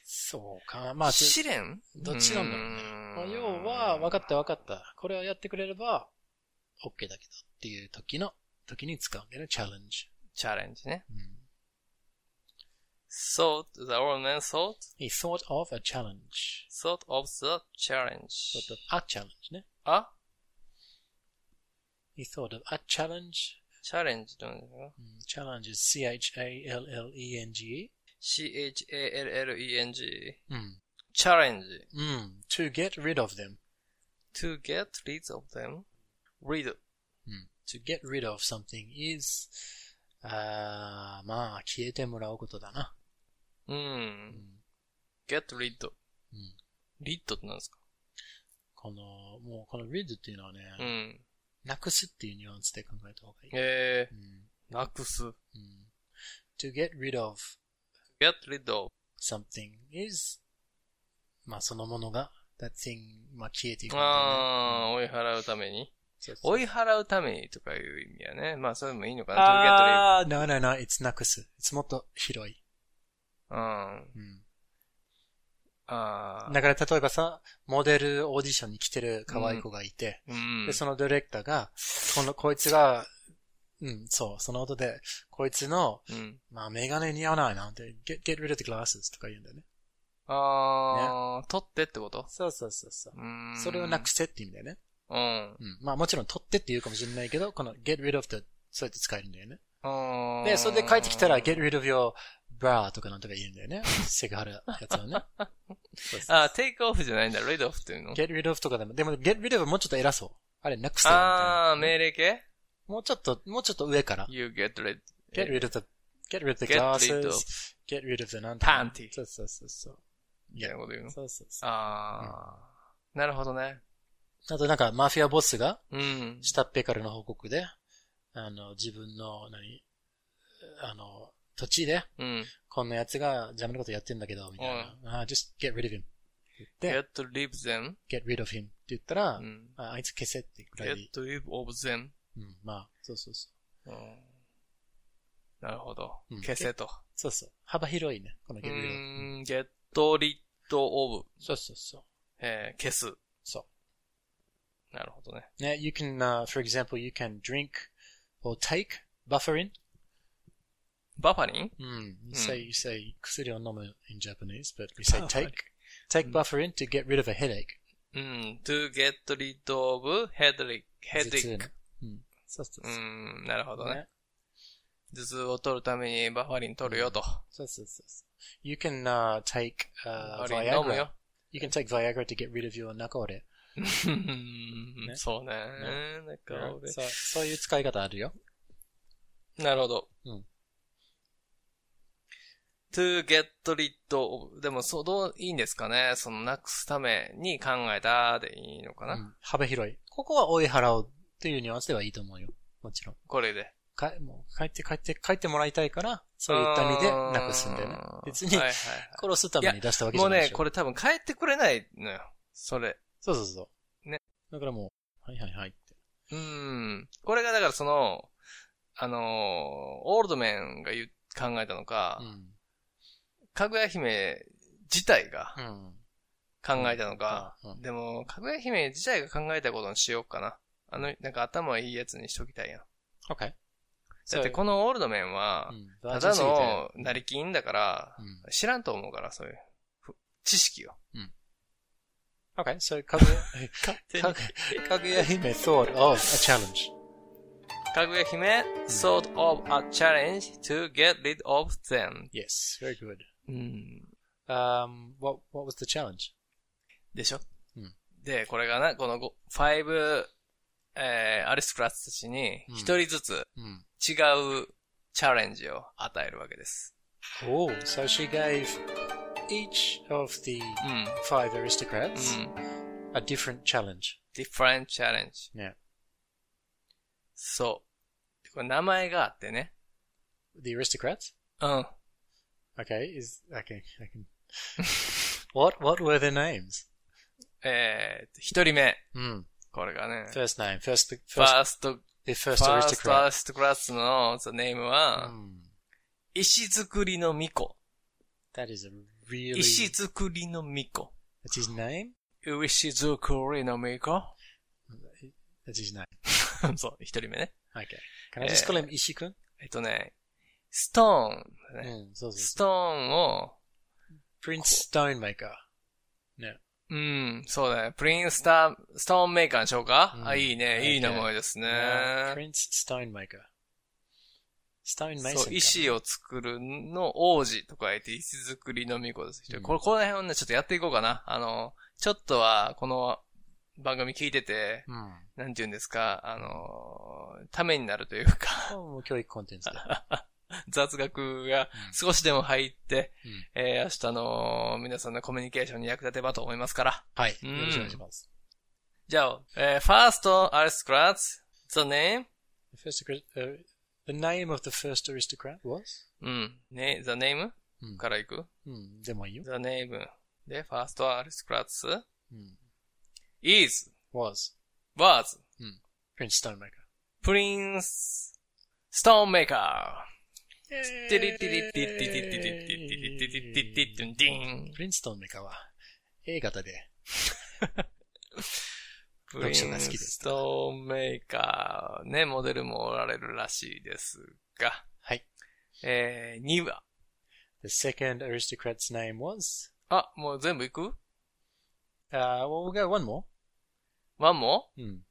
[SPEAKER 2] そうか。まあ、つ
[SPEAKER 1] 試練
[SPEAKER 2] どっちなんだろうねまあ
[SPEAKER 1] ん
[SPEAKER 2] 要は、分かった分かった。これをやってくれれば、OK だけどっていう時の、時に使うんだよね、チャレンジ。
[SPEAKER 1] チャレンジね。
[SPEAKER 2] うん
[SPEAKER 1] thought, the old man thought,
[SPEAKER 2] He thought of a challenge.
[SPEAKER 1] thought of the challenge.
[SPEAKER 2] Thought of a challenge ね。
[SPEAKER 1] あ
[SPEAKER 2] He thought of a challenge.
[SPEAKER 1] チャレンジってなんだよ。
[SPEAKER 2] うん Challenge is C-H-A-L-L-E-N-G-E.
[SPEAKER 1] C-H-A-L-L-E-N-G。
[SPEAKER 2] うん。
[SPEAKER 1] チャレンジ。
[SPEAKER 2] うん。To get rid of them.
[SPEAKER 1] to get rid of them. read.
[SPEAKER 2] うん。To get rid of something is, あーまあ、消えてもらうことだな。
[SPEAKER 1] う。
[SPEAKER 2] うんん
[SPEAKER 1] get rid.
[SPEAKER 2] うん。
[SPEAKER 1] rid って何ですか
[SPEAKER 2] この、もうこの rid っていうのはね、
[SPEAKER 1] うん。
[SPEAKER 2] なくすっていうニュアンスで考えた方がいい。
[SPEAKER 1] え
[SPEAKER 2] うん
[SPEAKER 1] ー、なくす。
[SPEAKER 2] うん、to get rid of
[SPEAKER 1] get rid of.
[SPEAKER 2] something is, まあそのものが、that thing, まあ消えていくみたいな。
[SPEAKER 1] あー、追い払うために。
[SPEAKER 2] そうそう
[SPEAKER 1] 追い払うためにとかいう意味やね。まあ、それでもいいのかな。
[SPEAKER 2] ああ、no, no, no, it's なくす。it's もっと広い。
[SPEAKER 1] to get rid. うん。
[SPEAKER 2] うん。
[SPEAKER 1] あー。
[SPEAKER 2] だから例えばさ、モデルオーディションに来てる可愛い子がいて、
[SPEAKER 1] うん
[SPEAKER 2] で、。そのディレクターが、この、こいつが、うん、そう、その音で、こいつの、
[SPEAKER 1] うん。
[SPEAKER 2] まあ、メガネ似合わないなんて、get, get rid of the glasses とか言うんだよね。
[SPEAKER 1] あー、取ってってこと
[SPEAKER 2] そうそうそうそ
[SPEAKER 1] う
[SPEAKER 2] う。
[SPEAKER 1] ーん。
[SPEAKER 2] それをなくせって意味だよね。
[SPEAKER 1] うん。
[SPEAKER 2] うん。まあもちろん取ってって言うかもしれないけど、この get rid of the そうやって使えるんだよね。
[SPEAKER 1] うん
[SPEAKER 2] で、それで帰ってきたら、get rid of your bra とかなんとか言うんだよ ね。セクハラやつをね。そうそう
[SPEAKER 1] あ、テイクオフじゃないんだ、レイドオフっていうの。
[SPEAKER 2] get rid of とかでも、でも get rid of もうちょっと偉そう。あれ、next
[SPEAKER 1] ああ、命令系
[SPEAKER 2] もうちょっと、もうちょっと上から。
[SPEAKER 1] ?You get rid,
[SPEAKER 2] get rid of the, get rid of the
[SPEAKER 1] get rid of
[SPEAKER 2] glasses, get rid of the なん
[SPEAKER 1] panty
[SPEAKER 2] そうそうそうそう。
[SPEAKER 1] みたいなこと言うの
[SPEAKER 2] そうそうそう。
[SPEAKER 1] ああ、なるほどね。
[SPEAKER 2] あとなんか、マフィアボスが、
[SPEAKER 1] うん。
[SPEAKER 2] 下っぺからの報告で、あの、自分の、何、あの、土地で、
[SPEAKER 1] うん。
[SPEAKER 2] こんな奴が邪魔なことやってんだけど、みたいな。ああ、just get rid of him. って言
[SPEAKER 1] get rid
[SPEAKER 2] っ
[SPEAKER 1] of them.
[SPEAKER 2] て、get rid of him って言ったら、
[SPEAKER 1] うん。
[SPEAKER 2] ああいつ消せってくら
[SPEAKER 1] get
[SPEAKER 2] い、
[SPEAKER 1] rid of them.
[SPEAKER 2] うん、まあ、そうそうそう。
[SPEAKER 1] うんなるほど
[SPEAKER 2] うん。
[SPEAKER 1] 消せと。
[SPEAKER 2] そうそう。幅広いね、この
[SPEAKER 1] う
[SPEAKER 2] get rid of.
[SPEAKER 1] ーん、ゲットリッドオブ、
[SPEAKER 2] そうそうそう。
[SPEAKER 1] えー消す。
[SPEAKER 2] そ
[SPEAKER 1] なるほどね。
[SPEAKER 2] う。ね、you can,、uh, for example, you can drink or take buffering.
[SPEAKER 1] バファリン
[SPEAKER 2] うん。You
[SPEAKER 1] ん
[SPEAKER 2] say, you say 薬を飲む in Japanese, but we say
[SPEAKER 1] Buffering.
[SPEAKER 2] take, take buffering to get rid of a headache.
[SPEAKER 1] うん、to get rid of headache,
[SPEAKER 2] 頭痛
[SPEAKER 1] headache.
[SPEAKER 2] のうん。そうそう
[SPEAKER 1] う
[SPEAKER 2] そう。
[SPEAKER 1] ん、なるほどね。
[SPEAKER 2] ね
[SPEAKER 1] 頭痛を取るためにバファリン取るよと。
[SPEAKER 2] そうそうそうそう。You can、uh, take、uh,
[SPEAKER 1] バファリン飲む
[SPEAKER 2] Viagra.
[SPEAKER 1] よ。
[SPEAKER 2] You can take Viagra to get rid of your 中折れ。
[SPEAKER 1] うん
[SPEAKER 2] ね
[SPEAKER 1] そうね。なんか俺
[SPEAKER 2] そうそういう使い方あるよ。
[SPEAKER 1] なるほど。
[SPEAKER 2] うん。
[SPEAKER 1] to get rid of, でもそう、どう、いいんですかねその、なくすために考えたでいいのかな、
[SPEAKER 2] うん幅広い。ここは追い払おうというニュアンスではいいと思うよ。もちろん。
[SPEAKER 1] これで。
[SPEAKER 2] かもう帰って帰って帰ってもらいたいから、そういった意味でなくすんだよね
[SPEAKER 1] あ。ー
[SPEAKER 2] 別に
[SPEAKER 1] はいはいは
[SPEAKER 2] 殺すために出したわ
[SPEAKER 1] い。
[SPEAKER 2] けじ
[SPEAKER 1] もう
[SPEAKER 2] ゃないで
[SPEAKER 1] ね
[SPEAKER 2] し、ょ。
[SPEAKER 1] これ多分帰ってくれないのよ。それ。
[SPEAKER 2] そうそうそう。
[SPEAKER 1] ね。
[SPEAKER 2] だからもう、はいはいはいって。
[SPEAKER 1] うん。これがだからその、あのーオールドメンが言う考えたのか、
[SPEAKER 2] うん。
[SPEAKER 1] かぐや姫自体が
[SPEAKER 2] うん。
[SPEAKER 1] 考えたのか、
[SPEAKER 2] うん
[SPEAKER 1] でも、かぐや姫自体が考えたことにしようかな。あの、なんか頭いいやつにしときたいやん。
[SPEAKER 2] OK。
[SPEAKER 1] だってこのオールドメンは
[SPEAKER 2] う、ん、
[SPEAKER 1] た
[SPEAKER 2] バージン
[SPEAKER 1] だ
[SPEAKER 2] すぎて
[SPEAKER 1] の成金だから、
[SPEAKER 2] うん
[SPEAKER 1] 知らんと思うから、そういう、ふ知識を。
[SPEAKER 2] Okay, so Kaguya, Kaguya, Kaguya Hime thought of a challenge.
[SPEAKER 1] かぐや姫、sort of a challenge to get rid of them.
[SPEAKER 2] Yes, very good.
[SPEAKER 1] うん。
[SPEAKER 2] Um, what what was the challenge?
[SPEAKER 1] でしょ、
[SPEAKER 2] うん
[SPEAKER 1] で、これがな、このご5、えー、アリスクラスたちに、
[SPEAKER 2] うん
[SPEAKER 1] 一人ずつ
[SPEAKER 2] Mm.
[SPEAKER 1] 違うチャレンジを与えるわけです。
[SPEAKER 2] Oh, so she gave each of the
[SPEAKER 1] うん。うん。
[SPEAKER 2] five aristocrats a different challenge.
[SPEAKER 1] different challenge.
[SPEAKER 2] Yeah.
[SPEAKER 1] そう。これ名前があってね。
[SPEAKER 2] The aristocrats.
[SPEAKER 1] うん。
[SPEAKER 2] Okay, is okay. I can. what what were their names?
[SPEAKER 1] えー、一人目。
[SPEAKER 2] Mm.
[SPEAKER 1] これがね。
[SPEAKER 2] First name, first
[SPEAKER 1] First,
[SPEAKER 2] first
[SPEAKER 1] first,
[SPEAKER 2] the first
[SPEAKER 1] first,
[SPEAKER 2] aristocrat.
[SPEAKER 1] class の the name は、
[SPEAKER 2] Mm.
[SPEAKER 1] 石造りの巫女。
[SPEAKER 2] That is a really.
[SPEAKER 1] 石造りの巫女。
[SPEAKER 2] That's his name.
[SPEAKER 1] 石造りの巫女
[SPEAKER 2] That's his name.
[SPEAKER 1] そう、一人目ね。
[SPEAKER 2] Okay. Can I just call him Ishikun?
[SPEAKER 1] えっとね、ストーンだね。
[SPEAKER 2] Mm, so, so,
[SPEAKER 1] ストーンを、
[SPEAKER 2] Prince Stonemaker.
[SPEAKER 1] うん、そうだね。プリンスター、ストーンメーカーにしようか、
[SPEAKER 2] うん
[SPEAKER 1] あ、いいね。いい名前です
[SPEAKER 2] Yeah,
[SPEAKER 1] ね。
[SPEAKER 2] Uh, Prince Stonemaker. Stone
[SPEAKER 1] そう、
[SPEAKER 2] Mason.
[SPEAKER 1] 石を作るの王子とか言って、石作りの巫女です。一人
[SPEAKER 2] うん
[SPEAKER 1] これ、この辺をね、ちょっとやっていこうかな。あの、ちょっとは、この番組聞いてて、
[SPEAKER 2] うん。
[SPEAKER 1] なんて言うんですか、あの、ためになるというか、
[SPEAKER 2] これもう教育コンテンツだ。
[SPEAKER 1] 雑学が
[SPEAKER 2] うん
[SPEAKER 1] 少しでも入って、えー明日の皆さんのコミュニケーションに役立てばと思いますから。
[SPEAKER 2] はい。
[SPEAKER 1] うん
[SPEAKER 2] よろしくお願いします。
[SPEAKER 1] じゃあ、えー、first aristocrats, the name?
[SPEAKER 2] The first, uh, the name of the first aristocrat was? Hmm,
[SPEAKER 1] うん。ね、the name?
[SPEAKER 2] うん
[SPEAKER 1] からいく
[SPEAKER 2] うん、でもいいよ。
[SPEAKER 1] ?the name で、first aristocrats
[SPEAKER 2] うん。
[SPEAKER 1] is,
[SPEAKER 2] Hmm, was
[SPEAKER 1] was,
[SPEAKER 2] Prince Stonemaker.
[SPEAKER 1] prince, stonemaker. テリテリテリテリテリテリテリテリテリテリテン
[SPEAKER 2] Prince Stonemaker は A 型で。
[SPEAKER 1] プリン
[SPEAKER 2] 読書が好きです
[SPEAKER 1] ストーンメーカー、ね、モデルもおられるらしいですが。
[SPEAKER 2] はい。
[SPEAKER 1] えー、2話。
[SPEAKER 2] The second aristocrat's name was?
[SPEAKER 1] あ、もう全部いく
[SPEAKER 2] Uh, Hmm, well, we'll go one more.
[SPEAKER 1] ?1 も
[SPEAKER 2] うん。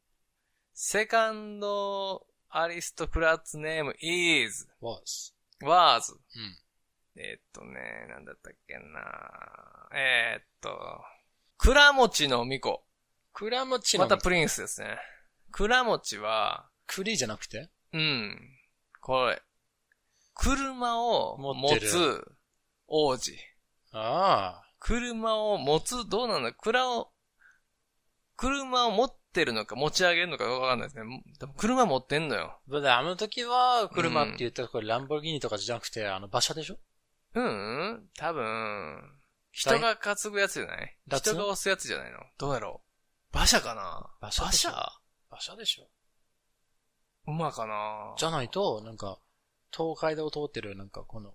[SPEAKER 1] セカンドアリストクラッツネーム is,
[SPEAKER 2] was.
[SPEAKER 1] was.
[SPEAKER 2] うん。
[SPEAKER 1] えーっとね、なんだったっけなえーっと、倉持の巫女。
[SPEAKER 2] 倉持の、
[SPEAKER 1] またプリンスですね。倉持は、
[SPEAKER 2] 栗じゃなくて
[SPEAKER 1] うん。これ。車を
[SPEAKER 2] 持
[SPEAKER 1] 持
[SPEAKER 2] ってる
[SPEAKER 1] つ王子。
[SPEAKER 2] ああ。
[SPEAKER 1] 車を持つ、どうなんだ車を、車を持ってるのか持ち上げるのかわかんないですね。でも車持ってんのよ。
[SPEAKER 2] だってあの時は、車って言ったら、これランボルギーニとかじゃなくて、あの、馬車でしょ
[SPEAKER 1] うん、うん、多分、人が担ぐやつじゃない
[SPEAKER 2] 脱
[SPEAKER 1] 人が押すやつじゃないのどうやろう馬車かな
[SPEAKER 2] 馬車
[SPEAKER 1] 馬
[SPEAKER 2] でしょ
[SPEAKER 1] 車
[SPEAKER 2] 馬車でしょ
[SPEAKER 1] 馬かな
[SPEAKER 2] じゃないと、なんか、東海道を通ってる、なんか、この、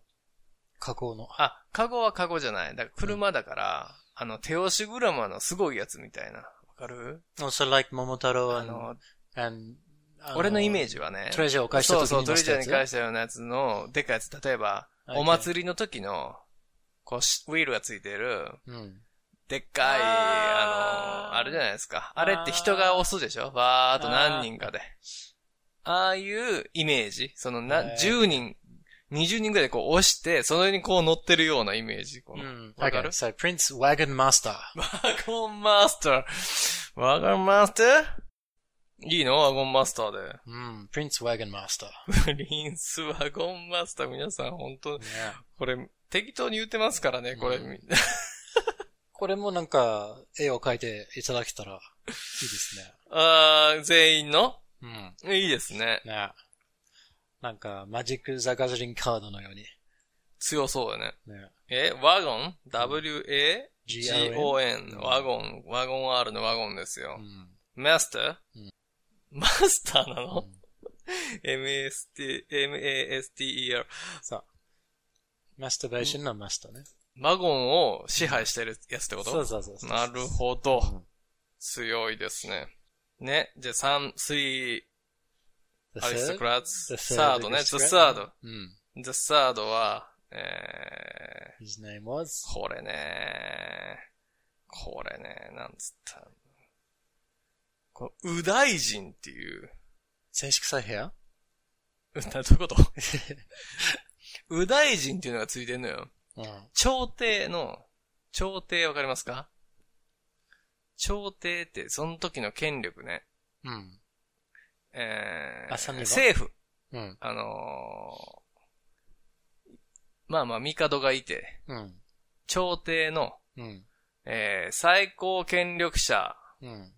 [SPEAKER 2] 河口の。
[SPEAKER 1] あ、カゴはカゴじゃない。だから車だから、あの、手押し車のすごいやつみたいな。わかる
[SPEAKER 2] also like 桃太郎
[SPEAKER 1] あ
[SPEAKER 2] and,
[SPEAKER 1] の、
[SPEAKER 2] and
[SPEAKER 1] 俺のイメー
[SPEAKER 2] ジ。
[SPEAKER 1] ジはね。
[SPEAKER 2] トレジャーを返した時に
[SPEAKER 1] そうそう、トレジャー
[SPEAKER 2] 乗
[SPEAKER 1] に
[SPEAKER 2] せたや
[SPEAKER 1] 返したようなやつの、でかいやつ、例えば、
[SPEAKER 2] はいはい
[SPEAKER 1] お祭りの時の、こうし、ウィールがついてる、
[SPEAKER 2] うん。
[SPEAKER 1] でっかい、あ
[SPEAKER 2] あー
[SPEAKER 1] の、あれじゃないですか。あれって人が押すでしょわーっと何人かで。ああいうイメージ。そのな、
[SPEAKER 2] はい
[SPEAKER 1] 10人、20人ぐらいでこう押して、その上にこう乗ってるようなイメージ。こ
[SPEAKER 2] う
[SPEAKER 1] の
[SPEAKER 2] ん。
[SPEAKER 1] わかる
[SPEAKER 2] Okay, so Prince Wagon Master.
[SPEAKER 1] ワゴンマスター。ワゴンマスターいいのワゴンマスターで。
[SPEAKER 2] うん。Prince Wagon Master.
[SPEAKER 1] プリンスワゴンマスター、皆さん本当
[SPEAKER 2] ね
[SPEAKER 1] これ、適当に言ってますからね、これ。
[SPEAKER 2] うんこれもなんか、絵を描いていただけたら、いいですね。
[SPEAKER 1] あー全員の
[SPEAKER 2] うん。
[SPEAKER 1] いいですね。
[SPEAKER 2] ねなんか、マジック・ザ・ガザリングカードのように。
[SPEAKER 1] 強そうだね。
[SPEAKER 2] ね
[SPEAKER 1] え、ワゴン ?W-A-G-O-N
[SPEAKER 2] G-O-N。
[SPEAKER 1] ワゴン。ワゴン R のワゴンですよ
[SPEAKER 2] う。ん。
[SPEAKER 1] マスター
[SPEAKER 2] うん
[SPEAKER 1] マスターな
[SPEAKER 2] う
[SPEAKER 1] の
[SPEAKER 2] ん
[SPEAKER 1] ?M-A-S-T、M-A-S-T-E-R。
[SPEAKER 2] マスターベーションのマスターね。
[SPEAKER 1] ワゴンを支配してるやつってこと
[SPEAKER 2] そうそうそうそう。
[SPEAKER 1] なるほど。強いですね。ね。じゃあ、三、3、
[SPEAKER 2] The
[SPEAKER 1] アリストク
[SPEAKER 2] third?
[SPEAKER 1] ラッツ。
[SPEAKER 2] The
[SPEAKER 1] サー
[SPEAKER 2] third
[SPEAKER 1] ドね。The
[SPEAKER 2] aristocrat
[SPEAKER 1] third。
[SPEAKER 2] うん。
[SPEAKER 1] The third は、え
[SPEAKER 2] His name was?
[SPEAKER 1] ー、これねこれねなんつった。この、右大臣っていう。
[SPEAKER 2] 正式さヘア
[SPEAKER 1] うんなどういうこと右大臣っていうのがついてんのよ。
[SPEAKER 2] うん。
[SPEAKER 1] 朝廷の、朝廷わかりますか朝廷って、その時の権力ね。
[SPEAKER 2] うん。
[SPEAKER 1] え
[SPEAKER 2] あ三
[SPEAKER 1] ー、
[SPEAKER 2] 人は
[SPEAKER 1] 政府。
[SPEAKER 2] うん。
[SPEAKER 1] あのーまあまあ、帝がいて、
[SPEAKER 2] うん。
[SPEAKER 1] 朝廷の、
[SPEAKER 2] うん。
[SPEAKER 1] えー最高権力者、
[SPEAKER 2] うん。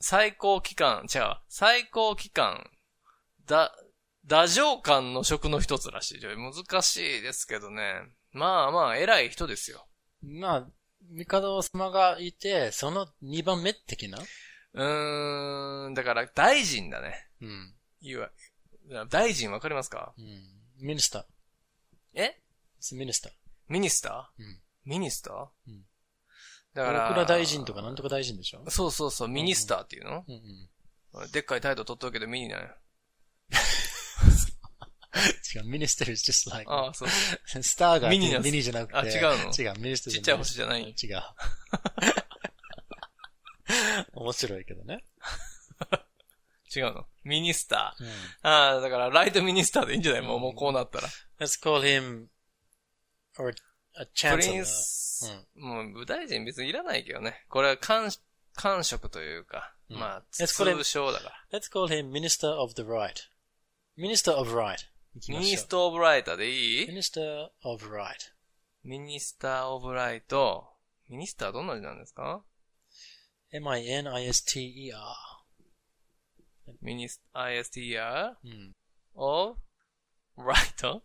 [SPEAKER 1] 最高機関、違う、最高機関、だ、打上官の職の一つらしい。じゃあ難しいですけどね。まあまあ、偉い人ですよ。
[SPEAKER 2] まあ、帝様がいて、その2番目的な
[SPEAKER 1] うーん、だから、大臣だね。
[SPEAKER 2] うん。
[SPEAKER 1] いわ、大臣わかりますか
[SPEAKER 2] うん。ミニスター。
[SPEAKER 1] え
[SPEAKER 2] ミニスター。
[SPEAKER 1] ミニスター
[SPEAKER 2] うん
[SPEAKER 1] ミニスター
[SPEAKER 2] うん
[SPEAKER 1] だから、
[SPEAKER 2] 大倉大臣とかなんとか大臣でしょ
[SPEAKER 1] そうそうそう、ミニスターっていうの、
[SPEAKER 2] うんうん。
[SPEAKER 1] でっかい態度取っとくけどミニなんや。
[SPEAKER 2] 違う、ミニスター is just like,
[SPEAKER 1] ああ、 そう。
[SPEAKER 2] スターが
[SPEAKER 1] ミニなんす
[SPEAKER 2] ミニじゃなくて。
[SPEAKER 1] あ違うの
[SPEAKER 2] 違う、ミニスター
[SPEAKER 1] ちっちゃい星じゃないんや
[SPEAKER 2] 違 う。面白いけどね。
[SPEAKER 1] 違うの。ミニスタ
[SPEAKER 2] うん。
[SPEAKER 1] ー。ああ、だから、ライトミニスターでいいんじゃないもう、もうこうなったら。
[SPEAKER 2] Let's call him, or a
[SPEAKER 1] プリ
[SPEAKER 2] chancellor.
[SPEAKER 1] ンス、もう、舞台人別にいらないけどね。これは、官、官職というか、
[SPEAKER 2] うん
[SPEAKER 1] まあ、
[SPEAKER 2] えこれ
[SPEAKER 1] 通称だから。
[SPEAKER 2] Let's call him Minister of the Right. Minister of Right. 行き
[SPEAKER 1] ミ
[SPEAKER 2] ましょう
[SPEAKER 1] ニストオブライトでいい
[SPEAKER 2] Minister of Right.
[SPEAKER 1] ミニスターオブライト。ミニスターどんな字なんですか
[SPEAKER 2] M-I-N-I-S-T-E-R.
[SPEAKER 1] ミニス、ISTR
[SPEAKER 2] うん。
[SPEAKER 1] of ライト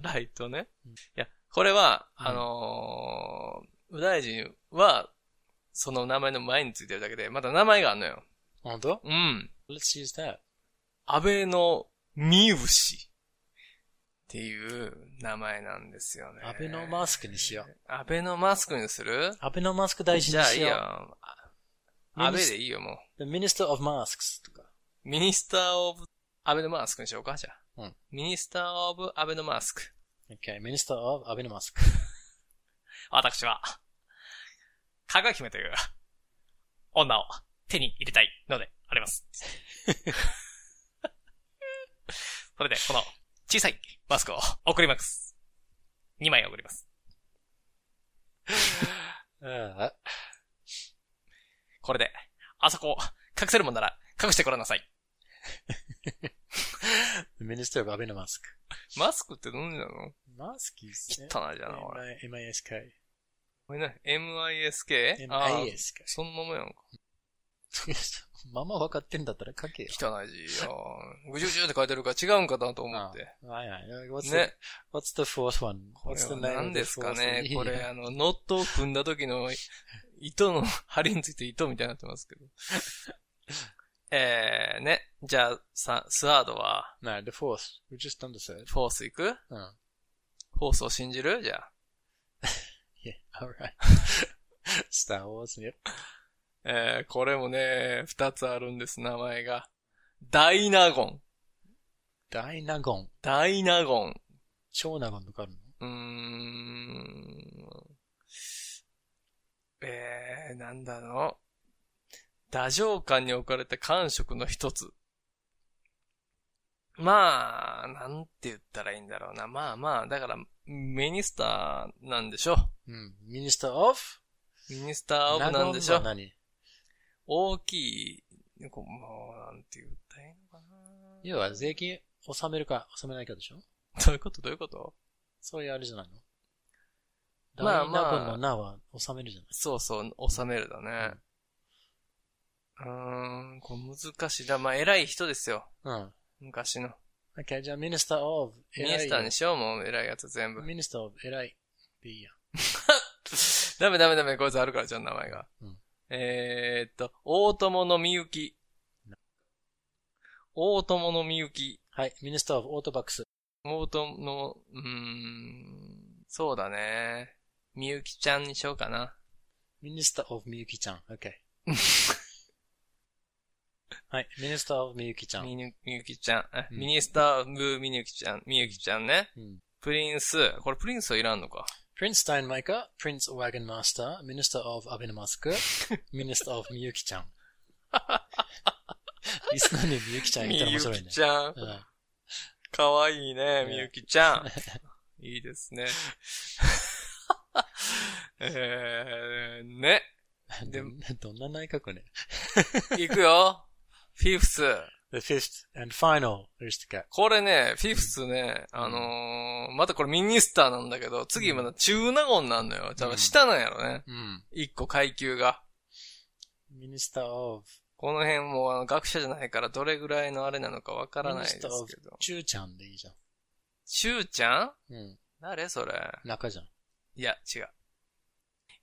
[SPEAKER 1] ライトね。いや、これは、
[SPEAKER 2] うん
[SPEAKER 1] あのー、右大臣は、その名前の前についてるだけで、まだ名前があるのよ。
[SPEAKER 2] 本当
[SPEAKER 1] うん。
[SPEAKER 2] ?Let's use that.
[SPEAKER 1] 安倍の身牛っていう名前なんですよね。
[SPEAKER 2] アベノマスクにしよう。
[SPEAKER 1] 安倍のマスクにする
[SPEAKER 2] アベノマスク大臣
[SPEAKER 1] じ
[SPEAKER 2] に
[SPEAKER 1] ゃあい
[SPEAKER 2] し
[SPEAKER 1] いよ。
[SPEAKER 2] よ
[SPEAKER 1] あ
[SPEAKER 2] ミニ
[SPEAKER 1] 安
[SPEAKER 2] ス
[SPEAKER 1] 倍でいいよ、もう。
[SPEAKER 2] う。The Minister of Masks とか。
[SPEAKER 1] ミニスターオブ、安倍のマスクにしようか、じゃあ。
[SPEAKER 2] うん
[SPEAKER 1] ミニスターオブ安倍のマスク。
[SPEAKER 2] Okay, Minister of アベノマスク。
[SPEAKER 1] 私は、かぐや姫という、女を手に入れたいのであります。 それで、この小さいマスクを送ります。2枚送ります。
[SPEAKER 2] うん。
[SPEAKER 1] これで、あそこ、隠せるもんなら隠してごらんなさい。
[SPEAKER 2] The Minister of Abin Mask.
[SPEAKER 1] マスクって何なの
[SPEAKER 2] Mask ですね。
[SPEAKER 1] 汚いじゃん、俺。
[SPEAKER 2] M- MISK。
[SPEAKER 1] これね、MISK? あー
[SPEAKER 2] MISK。
[SPEAKER 1] そのままやんか。
[SPEAKER 2] まま分かってんだったら書けよ。
[SPEAKER 1] 汚い字よ。ぐじゅぐじゅって書いてるから違うんかなと思って。
[SPEAKER 2] はいはい。What's the,
[SPEAKER 1] ね。
[SPEAKER 2] what's the fourth one?
[SPEAKER 1] これ
[SPEAKER 2] What's the
[SPEAKER 1] は
[SPEAKER 2] name of the
[SPEAKER 1] 何ですか
[SPEAKER 2] fourth
[SPEAKER 1] ね
[SPEAKER 2] one?
[SPEAKER 1] こ れ、あの、ノットを組んだ時の糸の針について糸みたいになってますけど。 えー、ね。じゃあ、さ、スワードは、
[SPEAKER 2] No, the fourth. We just done the third.
[SPEAKER 1] フォース行くフ
[SPEAKER 2] Oh.
[SPEAKER 1] ォースを信じるじゃあ。
[SPEAKER 2] Yeah, alright. Star Wars, yep.
[SPEAKER 1] えー、これもね、二つあるんです、名前が。ダイナゴン。
[SPEAKER 2] Dainagon.
[SPEAKER 1] ダイナゴン。
[SPEAKER 2] Chonagon とかある
[SPEAKER 1] う
[SPEAKER 2] の
[SPEAKER 1] ーん。えー、なんだろう。打上官に置かれた官職の一つ。まあ、なんて言ったらいいんだろうな。まあまあ、だから、ミニスターなんでしょ。
[SPEAKER 2] うん。Minister of?
[SPEAKER 1] ミニスターオブなんでしょ
[SPEAKER 2] Nagon は。何
[SPEAKER 1] 大きい、こう、もう、なんて言ったらいいのかな。
[SPEAKER 2] 要は税金納めるか納めないかでしょ
[SPEAKER 1] どういうことどういうこと
[SPEAKER 2] そういうあれじゃないの
[SPEAKER 1] まあまあ
[SPEAKER 2] ダイナゴンの名は納めるじゃない
[SPEAKER 1] そうそう、収めるだね。うーん、こう難しいな。まあ、偉い人ですよ。
[SPEAKER 2] うん。
[SPEAKER 1] 昔の。
[SPEAKER 2] Okay, じゃあ Minister of
[SPEAKER 1] ミニスターに
[SPEAKER 2] し
[SPEAKER 1] しよう、もう偉いやつ全部。
[SPEAKER 2] Minister of 偉い。でいいや。
[SPEAKER 1] ダメダメダメ、こいつあるから、ちゃんと名前が。
[SPEAKER 2] うん
[SPEAKER 1] えーっと、大友のみゆき。大友のみゆき。
[SPEAKER 2] はい、Minister of オートバックス。
[SPEAKER 1] 大友の、うーん、そうだね。みゆきちゃんにしようかな。
[SPEAKER 2] Minister of みゆきちゃん。Okay. はい、Minister of みゆきちゃん。
[SPEAKER 1] みゆみゆきちゃん。え
[SPEAKER 2] うん
[SPEAKER 1] ミニスターブみゆきちゃん、みゆきちゃんね。
[SPEAKER 2] うん
[SPEAKER 1] プリンス。これプリンスはいらんのか。
[SPEAKER 2] Prince Steinmaker, Prince Wagon Master, Minister of アベノマ スク、Minister of みゆきちゃ ん。リスナーにみゆきちゃんい
[SPEAKER 1] み
[SPEAKER 2] たら面
[SPEAKER 1] ゆ
[SPEAKER 2] 白い
[SPEAKER 1] き
[SPEAKER 2] ね。
[SPEAKER 1] ちゃん。
[SPEAKER 2] うん
[SPEAKER 1] かわいいね、みゆきち ゃん。いいですね。 えー、ね。で
[SPEAKER 2] で どんな内閣ね。
[SPEAKER 1] いくよ。フィフス。
[SPEAKER 2] The fifth and final ルスティカ。
[SPEAKER 1] これね、フィフスね、あのー、またこれミニスターなんだけど、次まだ中納言なんのよ。だから下なんやろね。
[SPEAKER 2] うん。
[SPEAKER 1] 一個階級が。
[SPEAKER 2] Minister of
[SPEAKER 1] この辺もあの学者じゃないからどれぐらいのあれなのかわからないですけ
[SPEAKER 2] Minister of
[SPEAKER 1] ど。
[SPEAKER 2] チューちゃんでいいじゃん。
[SPEAKER 1] ちゅうちゃん
[SPEAKER 2] うん。
[SPEAKER 1] 誰それ。
[SPEAKER 2] 中じゃん。
[SPEAKER 1] いや、違う。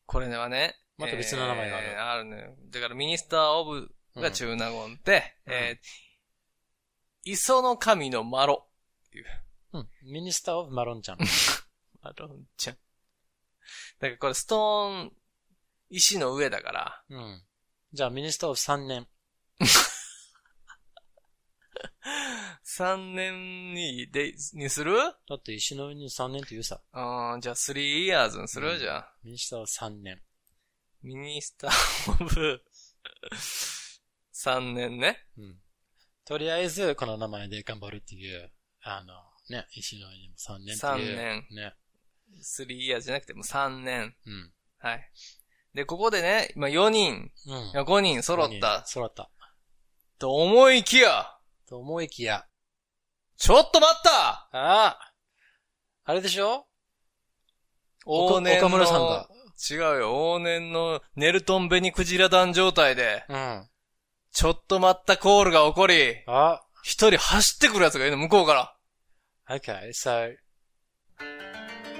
[SPEAKER 1] これはね、
[SPEAKER 2] また別の名前がある
[SPEAKER 1] えーあるね。だからミニスターオブが中納言って、
[SPEAKER 2] うん
[SPEAKER 1] えー、磯の神のマロ。
[SPEAKER 2] うん。Minister of マロンちゃん。
[SPEAKER 1] マロンちゃん。だからこれストーン、石の上だから、
[SPEAKER 2] うん。じゃあ Minister of 3年。
[SPEAKER 1] 3年に、で、にする
[SPEAKER 2] だって石の上に3年って言うさ。
[SPEAKER 1] あーじゃあ3 years にする、
[SPEAKER 2] うん
[SPEAKER 1] じゃあ。
[SPEAKER 2] Minister of 3年。
[SPEAKER 1] ミニスターオブ、3年ね。
[SPEAKER 2] うん。とりあえず、この名前で頑張るっていう、あの、ね、石の上にも3年っていう。
[SPEAKER 1] 三
[SPEAKER 2] ね。
[SPEAKER 1] 3 years じゃなくても3年。
[SPEAKER 2] うん。
[SPEAKER 1] はい。で、ここでね、今4人、
[SPEAKER 2] うん
[SPEAKER 1] いや。5人揃っ
[SPEAKER 2] 五
[SPEAKER 1] た
[SPEAKER 2] 人。揃った。
[SPEAKER 1] と思いきや、
[SPEAKER 2] と思いきや、
[SPEAKER 1] ちょっと待った
[SPEAKER 2] あああれでしょ
[SPEAKER 1] 往年の、
[SPEAKER 2] 岡村さんが。
[SPEAKER 1] 違うよ、往年のネルトンベニクジラ団状態で、
[SPEAKER 2] うん。
[SPEAKER 1] ちょっと待ったコールが起こり、
[SPEAKER 2] あ、
[SPEAKER 1] 一人走ってくる奴がいるの、向こうから。
[SPEAKER 2] Okay, so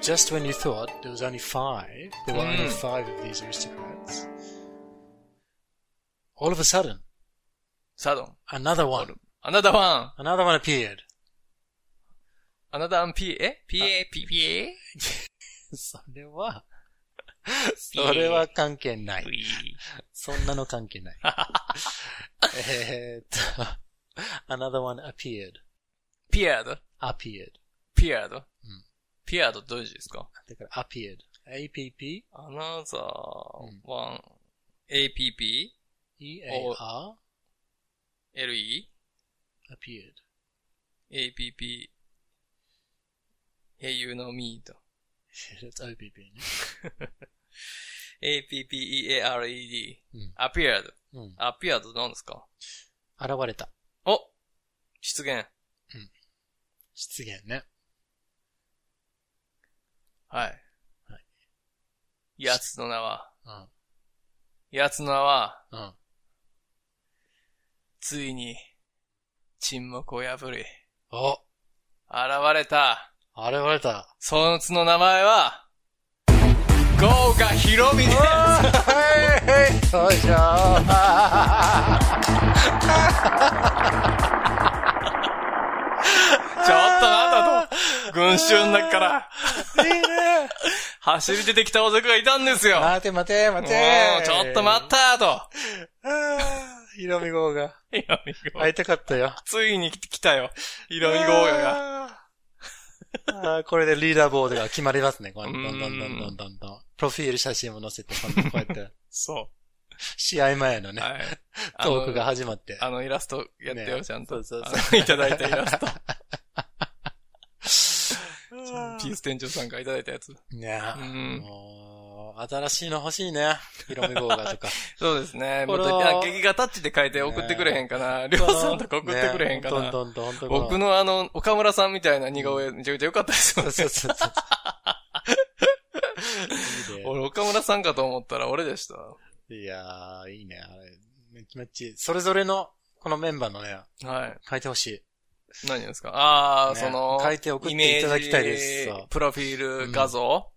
[SPEAKER 2] just when you thought there was only five, there were only
[SPEAKER 1] Mm.
[SPEAKER 2] five of these aristocrats. All of a sudden,
[SPEAKER 1] サドン。
[SPEAKER 2] another one,
[SPEAKER 1] アナダワン。
[SPEAKER 2] another one appeared.
[SPEAKER 1] アナダンピー、えピエ、ピピエ
[SPEAKER 2] それ は、それは関係ない。
[SPEAKER 1] ピー
[SPEAKER 2] そんなの関 係ない。えーっと、another one appeared,
[SPEAKER 1] ピアード
[SPEAKER 2] appeared.
[SPEAKER 1] ピアード
[SPEAKER 2] ん
[SPEAKER 1] ピアードどういう字ですか
[SPEAKER 2] だから appeared, a-p-p,
[SPEAKER 1] アナザー
[SPEAKER 2] うん
[SPEAKER 1] ワン、APP?
[SPEAKER 2] E e-a-r,
[SPEAKER 1] LE?
[SPEAKER 2] appeared.
[SPEAKER 1] APP。英雄のミーと。
[SPEAKER 2] That's OPP ね。
[SPEAKER 1] APPEARED。
[SPEAKER 2] うん。
[SPEAKER 1] appeared。
[SPEAKER 2] うん。
[SPEAKER 1] appeared なんですか
[SPEAKER 2] 現れた。
[SPEAKER 1] お出現。
[SPEAKER 2] 出現ね。
[SPEAKER 1] はい。
[SPEAKER 2] はい
[SPEAKER 1] やつの名は、
[SPEAKER 2] うん。
[SPEAKER 1] やつの名は、
[SPEAKER 2] うん。
[SPEAKER 1] ついに、沈黙を破り、現
[SPEAKER 2] お
[SPEAKER 1] れた、
[SPEAKER 2] 現れた。
[SPEAKER 1] そのつの名前は、豪華ひろみです
[SPEAKER 2] はいよいしょ
[SPEAKER 1] ちょっとなんだと、群衆の中から、
[SPEAKER 2] いいね
[SPEAKER 1] 走り出てきた男がいたんですよ。も
[SPEAKER 2] 待て待て
[SPEAKER 1] う
[SPEAKER 2] 待て
[SPEAKER 1] ちょっと待ったと。
[SPEAKER 2] あーヒロミ号が
[SPEAKER 1] ヒロミ号
[SPEAKER 2] 会いたかったよ。
[SPEAKER 1] ついに来たよ。ヒロミ号が。
[SPEAKER 2] が。あーこれでリーダーボードが決まりますね。こう
[SPEAKER 1] う
[SPEAKER 2] ど
[SPEAKER 1] ん
[SPEAKER 2] んどんどんどんどんどんどん。プロフィール写真も載せて、こんなこう やって、
[SPEAKER 1] そ
[SPEAKER 2] 試合前の
[SPEAKER 1] う。
[SPEAKER 2] ね、
[SPEAKER 1] はい。
[SPEAKER 2] トークが始まって。
[SPEAKER 1] あの、あのイラストやってよ、
[SPEAKER 2] ね
[SPEAKER 1] ちゃんと。
[SPEAKER 2] そうそう
[SPEAKER 1] あのいただいたイラス ト。
[SPEAKER 2] あ
[SPEAKER 1] ピース店長さんからいただいたやつ。
[SPEAKER 2] ーね
[SPEAKER 1] う
[SPEAKER 2] え
[SPEAKER 1] ん。
[SPEAKER 2] もう、新しいの欲しいね。ヒロミ号がとか。
[SPEAKER 1] そうですね。も
[SPEAKER 2] こ
[SPEAKER 1] っ
[SPEAKER 2] れ
[SPEAKER 1] と、
[SPEAKER 2] はい
[SPEAKER 1] や劇画タッチで書いて送ってくれへんかな。りょうさんとか送ってくれへんか
[SPEAKER 2] ね
[SPEAKER 1] な。
[SPEAKER 2] どんどんどんどんどん。
[SPEAKER 1] 僕のあの、岡村さんみたいな似顔絵、めちゃくちゃ良かったですよ
[SPEAKER 2] そう
[SPEAKER 1] ね。
[SPEAKER 2] そうそうそう。いいね
[SPEAKER 1] 俺、岡村さんかと思ったら俺でした。
[SPEAKER 2] いやー、いいね、あれ。気持ちいい。それぞれの、このメンバーのね、
[SPEAKER 1] はい。
[SPEAKER 2] 書いてほしい。
[SPEAKER 1] 何ですかああ、
[SPEAKER 2] ね
[SPEAKER 1] その、
[SPEAKER 2] 書いて送っていただきたいです
[SPEAKER 1] イメージ
[SPEAKER 2] そう
[SPEAKER 1] プロフィール画像、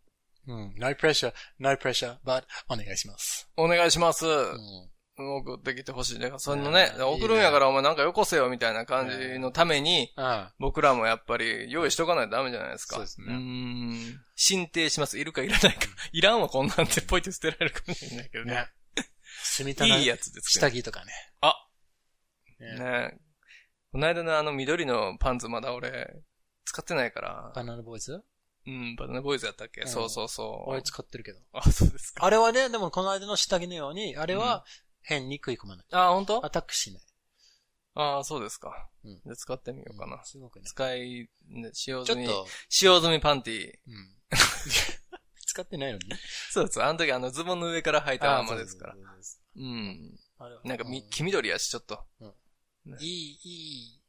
[SPEAKER 2] うん。no pressure, no pressure, but お願いします。
[SPEAKER 1] お願いします。
[SPEAKER 2] うん。
[SPEAKER 1] 送ってきてほしいね。そのね、
[SPEAKER 2] いや
[SPEAKER 1] 送るんやからお前なんかよこせよみたいな感じのために、
[SPEAKER 2] あ
[SPEAKER 1] 僕らもやっぱり用意しとかないとダメじゃないですか。
[SPEAKER 2] そうですね
[SPEAKER 1] うーん。進呈します。いるかいらないか。いらんはこんなんでポイって捨てられるかもし れないけ
[SPEAKER 2] あ。
[SPEAKER 1] どね。
[SPEAKER 2] ね。住みた
[SPEAKER 1] いい
[SPEAKER 2] い
[SPEAKER 1] やつですけど
[SPEAKER 2] 下着とかね。
[SPEAKER 1] あ
[SPEAKER 2] ね
[SPEAKER 1] ねこの間のあの緑のパンツまだ俺、使ってないから。
[SPEAKER 2] バナナボーイズ
[SPEAKER 1] うん、バナナボーイズやったっけ、
[SPEAKER 2] うん
[SPEAKER 1] そうそうそう。
[SPEAKER 2] 俺使ってるけど。
[SPEAKER 1] あ、そうですか。
[SPEAKER 2] あれはね、でもこの間の下着のように、あれは変に食い込まない。
[SPEAKER 1] あ、本当
[SPEAKER 2] ア？タックしない。
[SPEAKER 1] ああ、そうですか。
[SPEAKER 2] うん
[SPEAKER 1] じゃあ使ってみようかな。
[SPEAKER 2] すごくね。
[SPEAKER 1] 使い、ね使用
[SPEAKER 2] ち
[SPEAKER 1] 済
[SPEAKER 2] ょっ
[SPEAKER 1] み。
[SPEAKER 2] と、
[SPEAKER 1] 使用済みパンティー。
[SPEAKER 2] うん。使ってないのに。
[SPEAKER 1] そうです。あの時あのズボンの上から履いたままですから。
[SPEAKER 2] あ
[SPEAKER 1] う
[SPEAKER 2] ー。そうです
[SPEAKER 1] ん。
[SPEAKER 2] そうですあれは
[SPEAKER 1] なんかみ
[SPEAKER 2] う、
[SPEAKER 1] 黄緑やし、ちょっと。
[SPEAKER 2] いい、いい、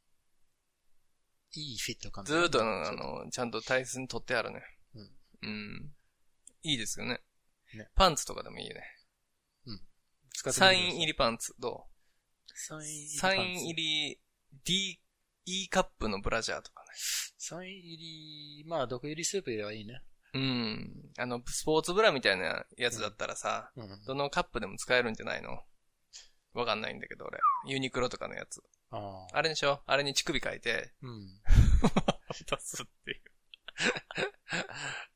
[SPEAKER 2] いいフィット感。
[SPEAKER 1] ずーっとあの、
[SPEAKER 2] そ
[SPEAKER 1] あ
[SPEAKER 2] うそう
[SPEAKER 1] のちゃんと体質に取ってあるね。
[SPEAKER 2] うん。
[SPEAKER 1] うん。いいですよね。
[SPEAKER 2] ね
[SPEAKER 1] パンツとかでもいいね。
[SPEAKER 2] 使ってみてくださ
[SPEAKER 1] サ
[SPEAKER 2] い
[SPEAKER 1] イン入りパンツ、ど
[SPEAKER 2] サイン
[SPEAKER 1] う
[SPEAKER 2] 入り。
[SPEAKER 1] サイン入。り D、E カップのブラジャーとかね。
[SPEAKER 2] サイン入り、まあ、毒入りスープ入ればいいね。
[SPEAKER 1] うん。あの、スポーツブラみたいなやつだったらさ、
[SPEAKER 2] うん。
[SPEAKER 1] どのカップでも使えるんじゃないのわかんないんだけど、俺。ユニクロとかのやつ。
[SPEAKER 2] ああ。
[SPEAKER 1] あれでしょあれに乳首書い て、
[SPEAKER 2] うん。
[SPEAKER 1] 渡すっていう。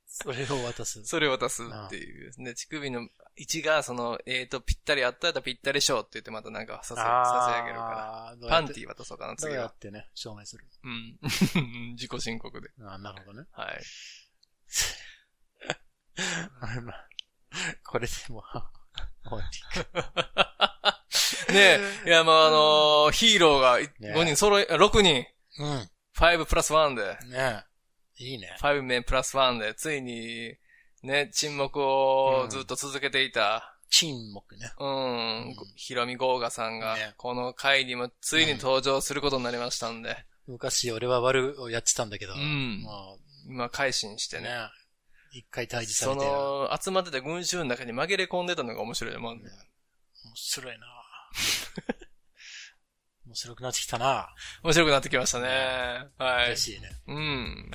[SPEAKER 2] それを渡 す。
[SPEAKER 1] それを渡すっていう。で、乳首の位置が、その、えーと、ぴったりあったらぴったり賞って言ってまたなんかさせ、させ上げるから。
[SPEAKER 2] ら
[SPEAKER 1] パンテ
[SPEAKER 2] ィ
[SPEAKER 1] ィ渡そうかな、
[SPEAKER 2] どう
[SPEAKER 1] 次
[SPEAKER 2] や
[SPEAKER 1] は。
[SPEAKER 2] ってね、証明する。
[SPEAKER 1] うん。 自己申告で。
[SPEAKER 2] ああ、なるほどね。
[SPEAKER 1] はい。
[SPEAKER 2] あまあ これでもう、終わり
[SPEAKER 1] ねえ、いや、まああのーヒーローが
[SPEAKER 2] ね
[SPEAKER 1] 5人揃い、あ6人、
[SPEAKER 2] う
[SPEAKER 1] 5プラス1で。
[SPEAKER 2] ん。ねえ。いいね。
[SPEAKER 1] 5名プラスワンで、ついに、ね、沈黙をずっと続けていた、
[SPEAKER 2] 沈黙ね。
[SPEAKER 1] うん、
[SPEAKER 2] うん
[SPEAKER 1] ヒロミ・ゴーガさんが
[SPEAKER 2] ね、
[SPEAKER 1] この回にもついに登場することになりましたんで、
[SPEAKER 2] 昔俺は悪をやってたんだけど、
[SPEAKER 1] うん
[SPEAKER 2] もう
[SPEAKER 1] 今、改心してね。
[SPEAKER 2] ね、一回退治さ
[SPEAKER 1] そ
[SPEAKER 2] れて、面
[SPEAKER 1] の、集まってた群衆の中に紛れ込んでたのが面白いもんね。
[SPEAKER 2] 白いな 面白くなってきたな
[SPEAKER 1] 面白くなってきましたね。はい。
[SPEAKER 2] 嬉しいね。
[SPEAKER 1] うん。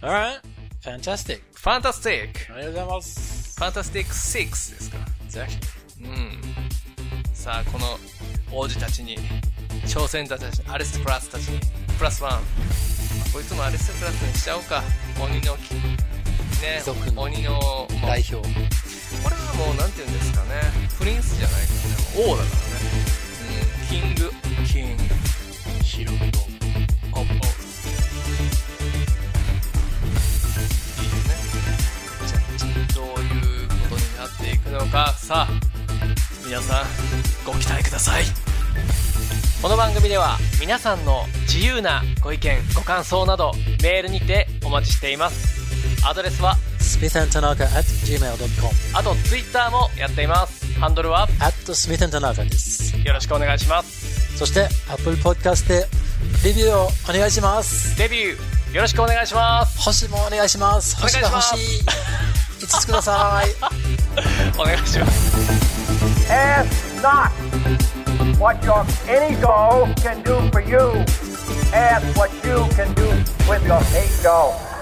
[SPEAKER 2] Alright, fantastic.
[SPEAKER 1] ファンタスティック
[SPEAKER 2] ありがとうございます
[SPEAKER 1] フ。ァンタスティック6ですか。
[SPEAKER 2] Exactly.
[SPEAKER 1] うん。さあ、この王子たちに、挑戦者たち、アリストクラスたちに、プラスワン。まあこいつもアリストクラスにしちゃおうか。鬼のき、ね
[SPEAKER 2] 族、の
[SPEAKER 1] 鬼の、まあ
[SPEAKER 2] 代表。
[SPEAKER 1] これはもう、なんて言うんですかね。プリンスじゃないからね。王だからね。うん、キング、キング、
[SPEAKER 2] ヒロミゴ。
[SPEAKER 1] オッポいいですね。じゃあ、どういうことになっていくのか。さあ、皆さん、ご期待ください。この番組では皆さんの自由なご意見ご感想などメールにてお待ちしていますアドレスは
[SPEAKER 2] スミ smithandtanaka at gmail.com
[SPEAKER 1] あとツイッターもやっていますハンドルは
[SPEAKER 2] at smithandtanaka です。
[SPEAKER 1] よろしくお願いします
[SPEAKER 2] そして、Apple Podcast でレビューをお願いします。
[SPEAKER 1] デビューよろしくお願いします
[SPEAKER 2] 星もお願いします。星が欲しい。5つください。
[SPEAKER 1] お願いします
[SPEAKER 5] Ask not what your any goal can do for you. Ask what you can do with your ego.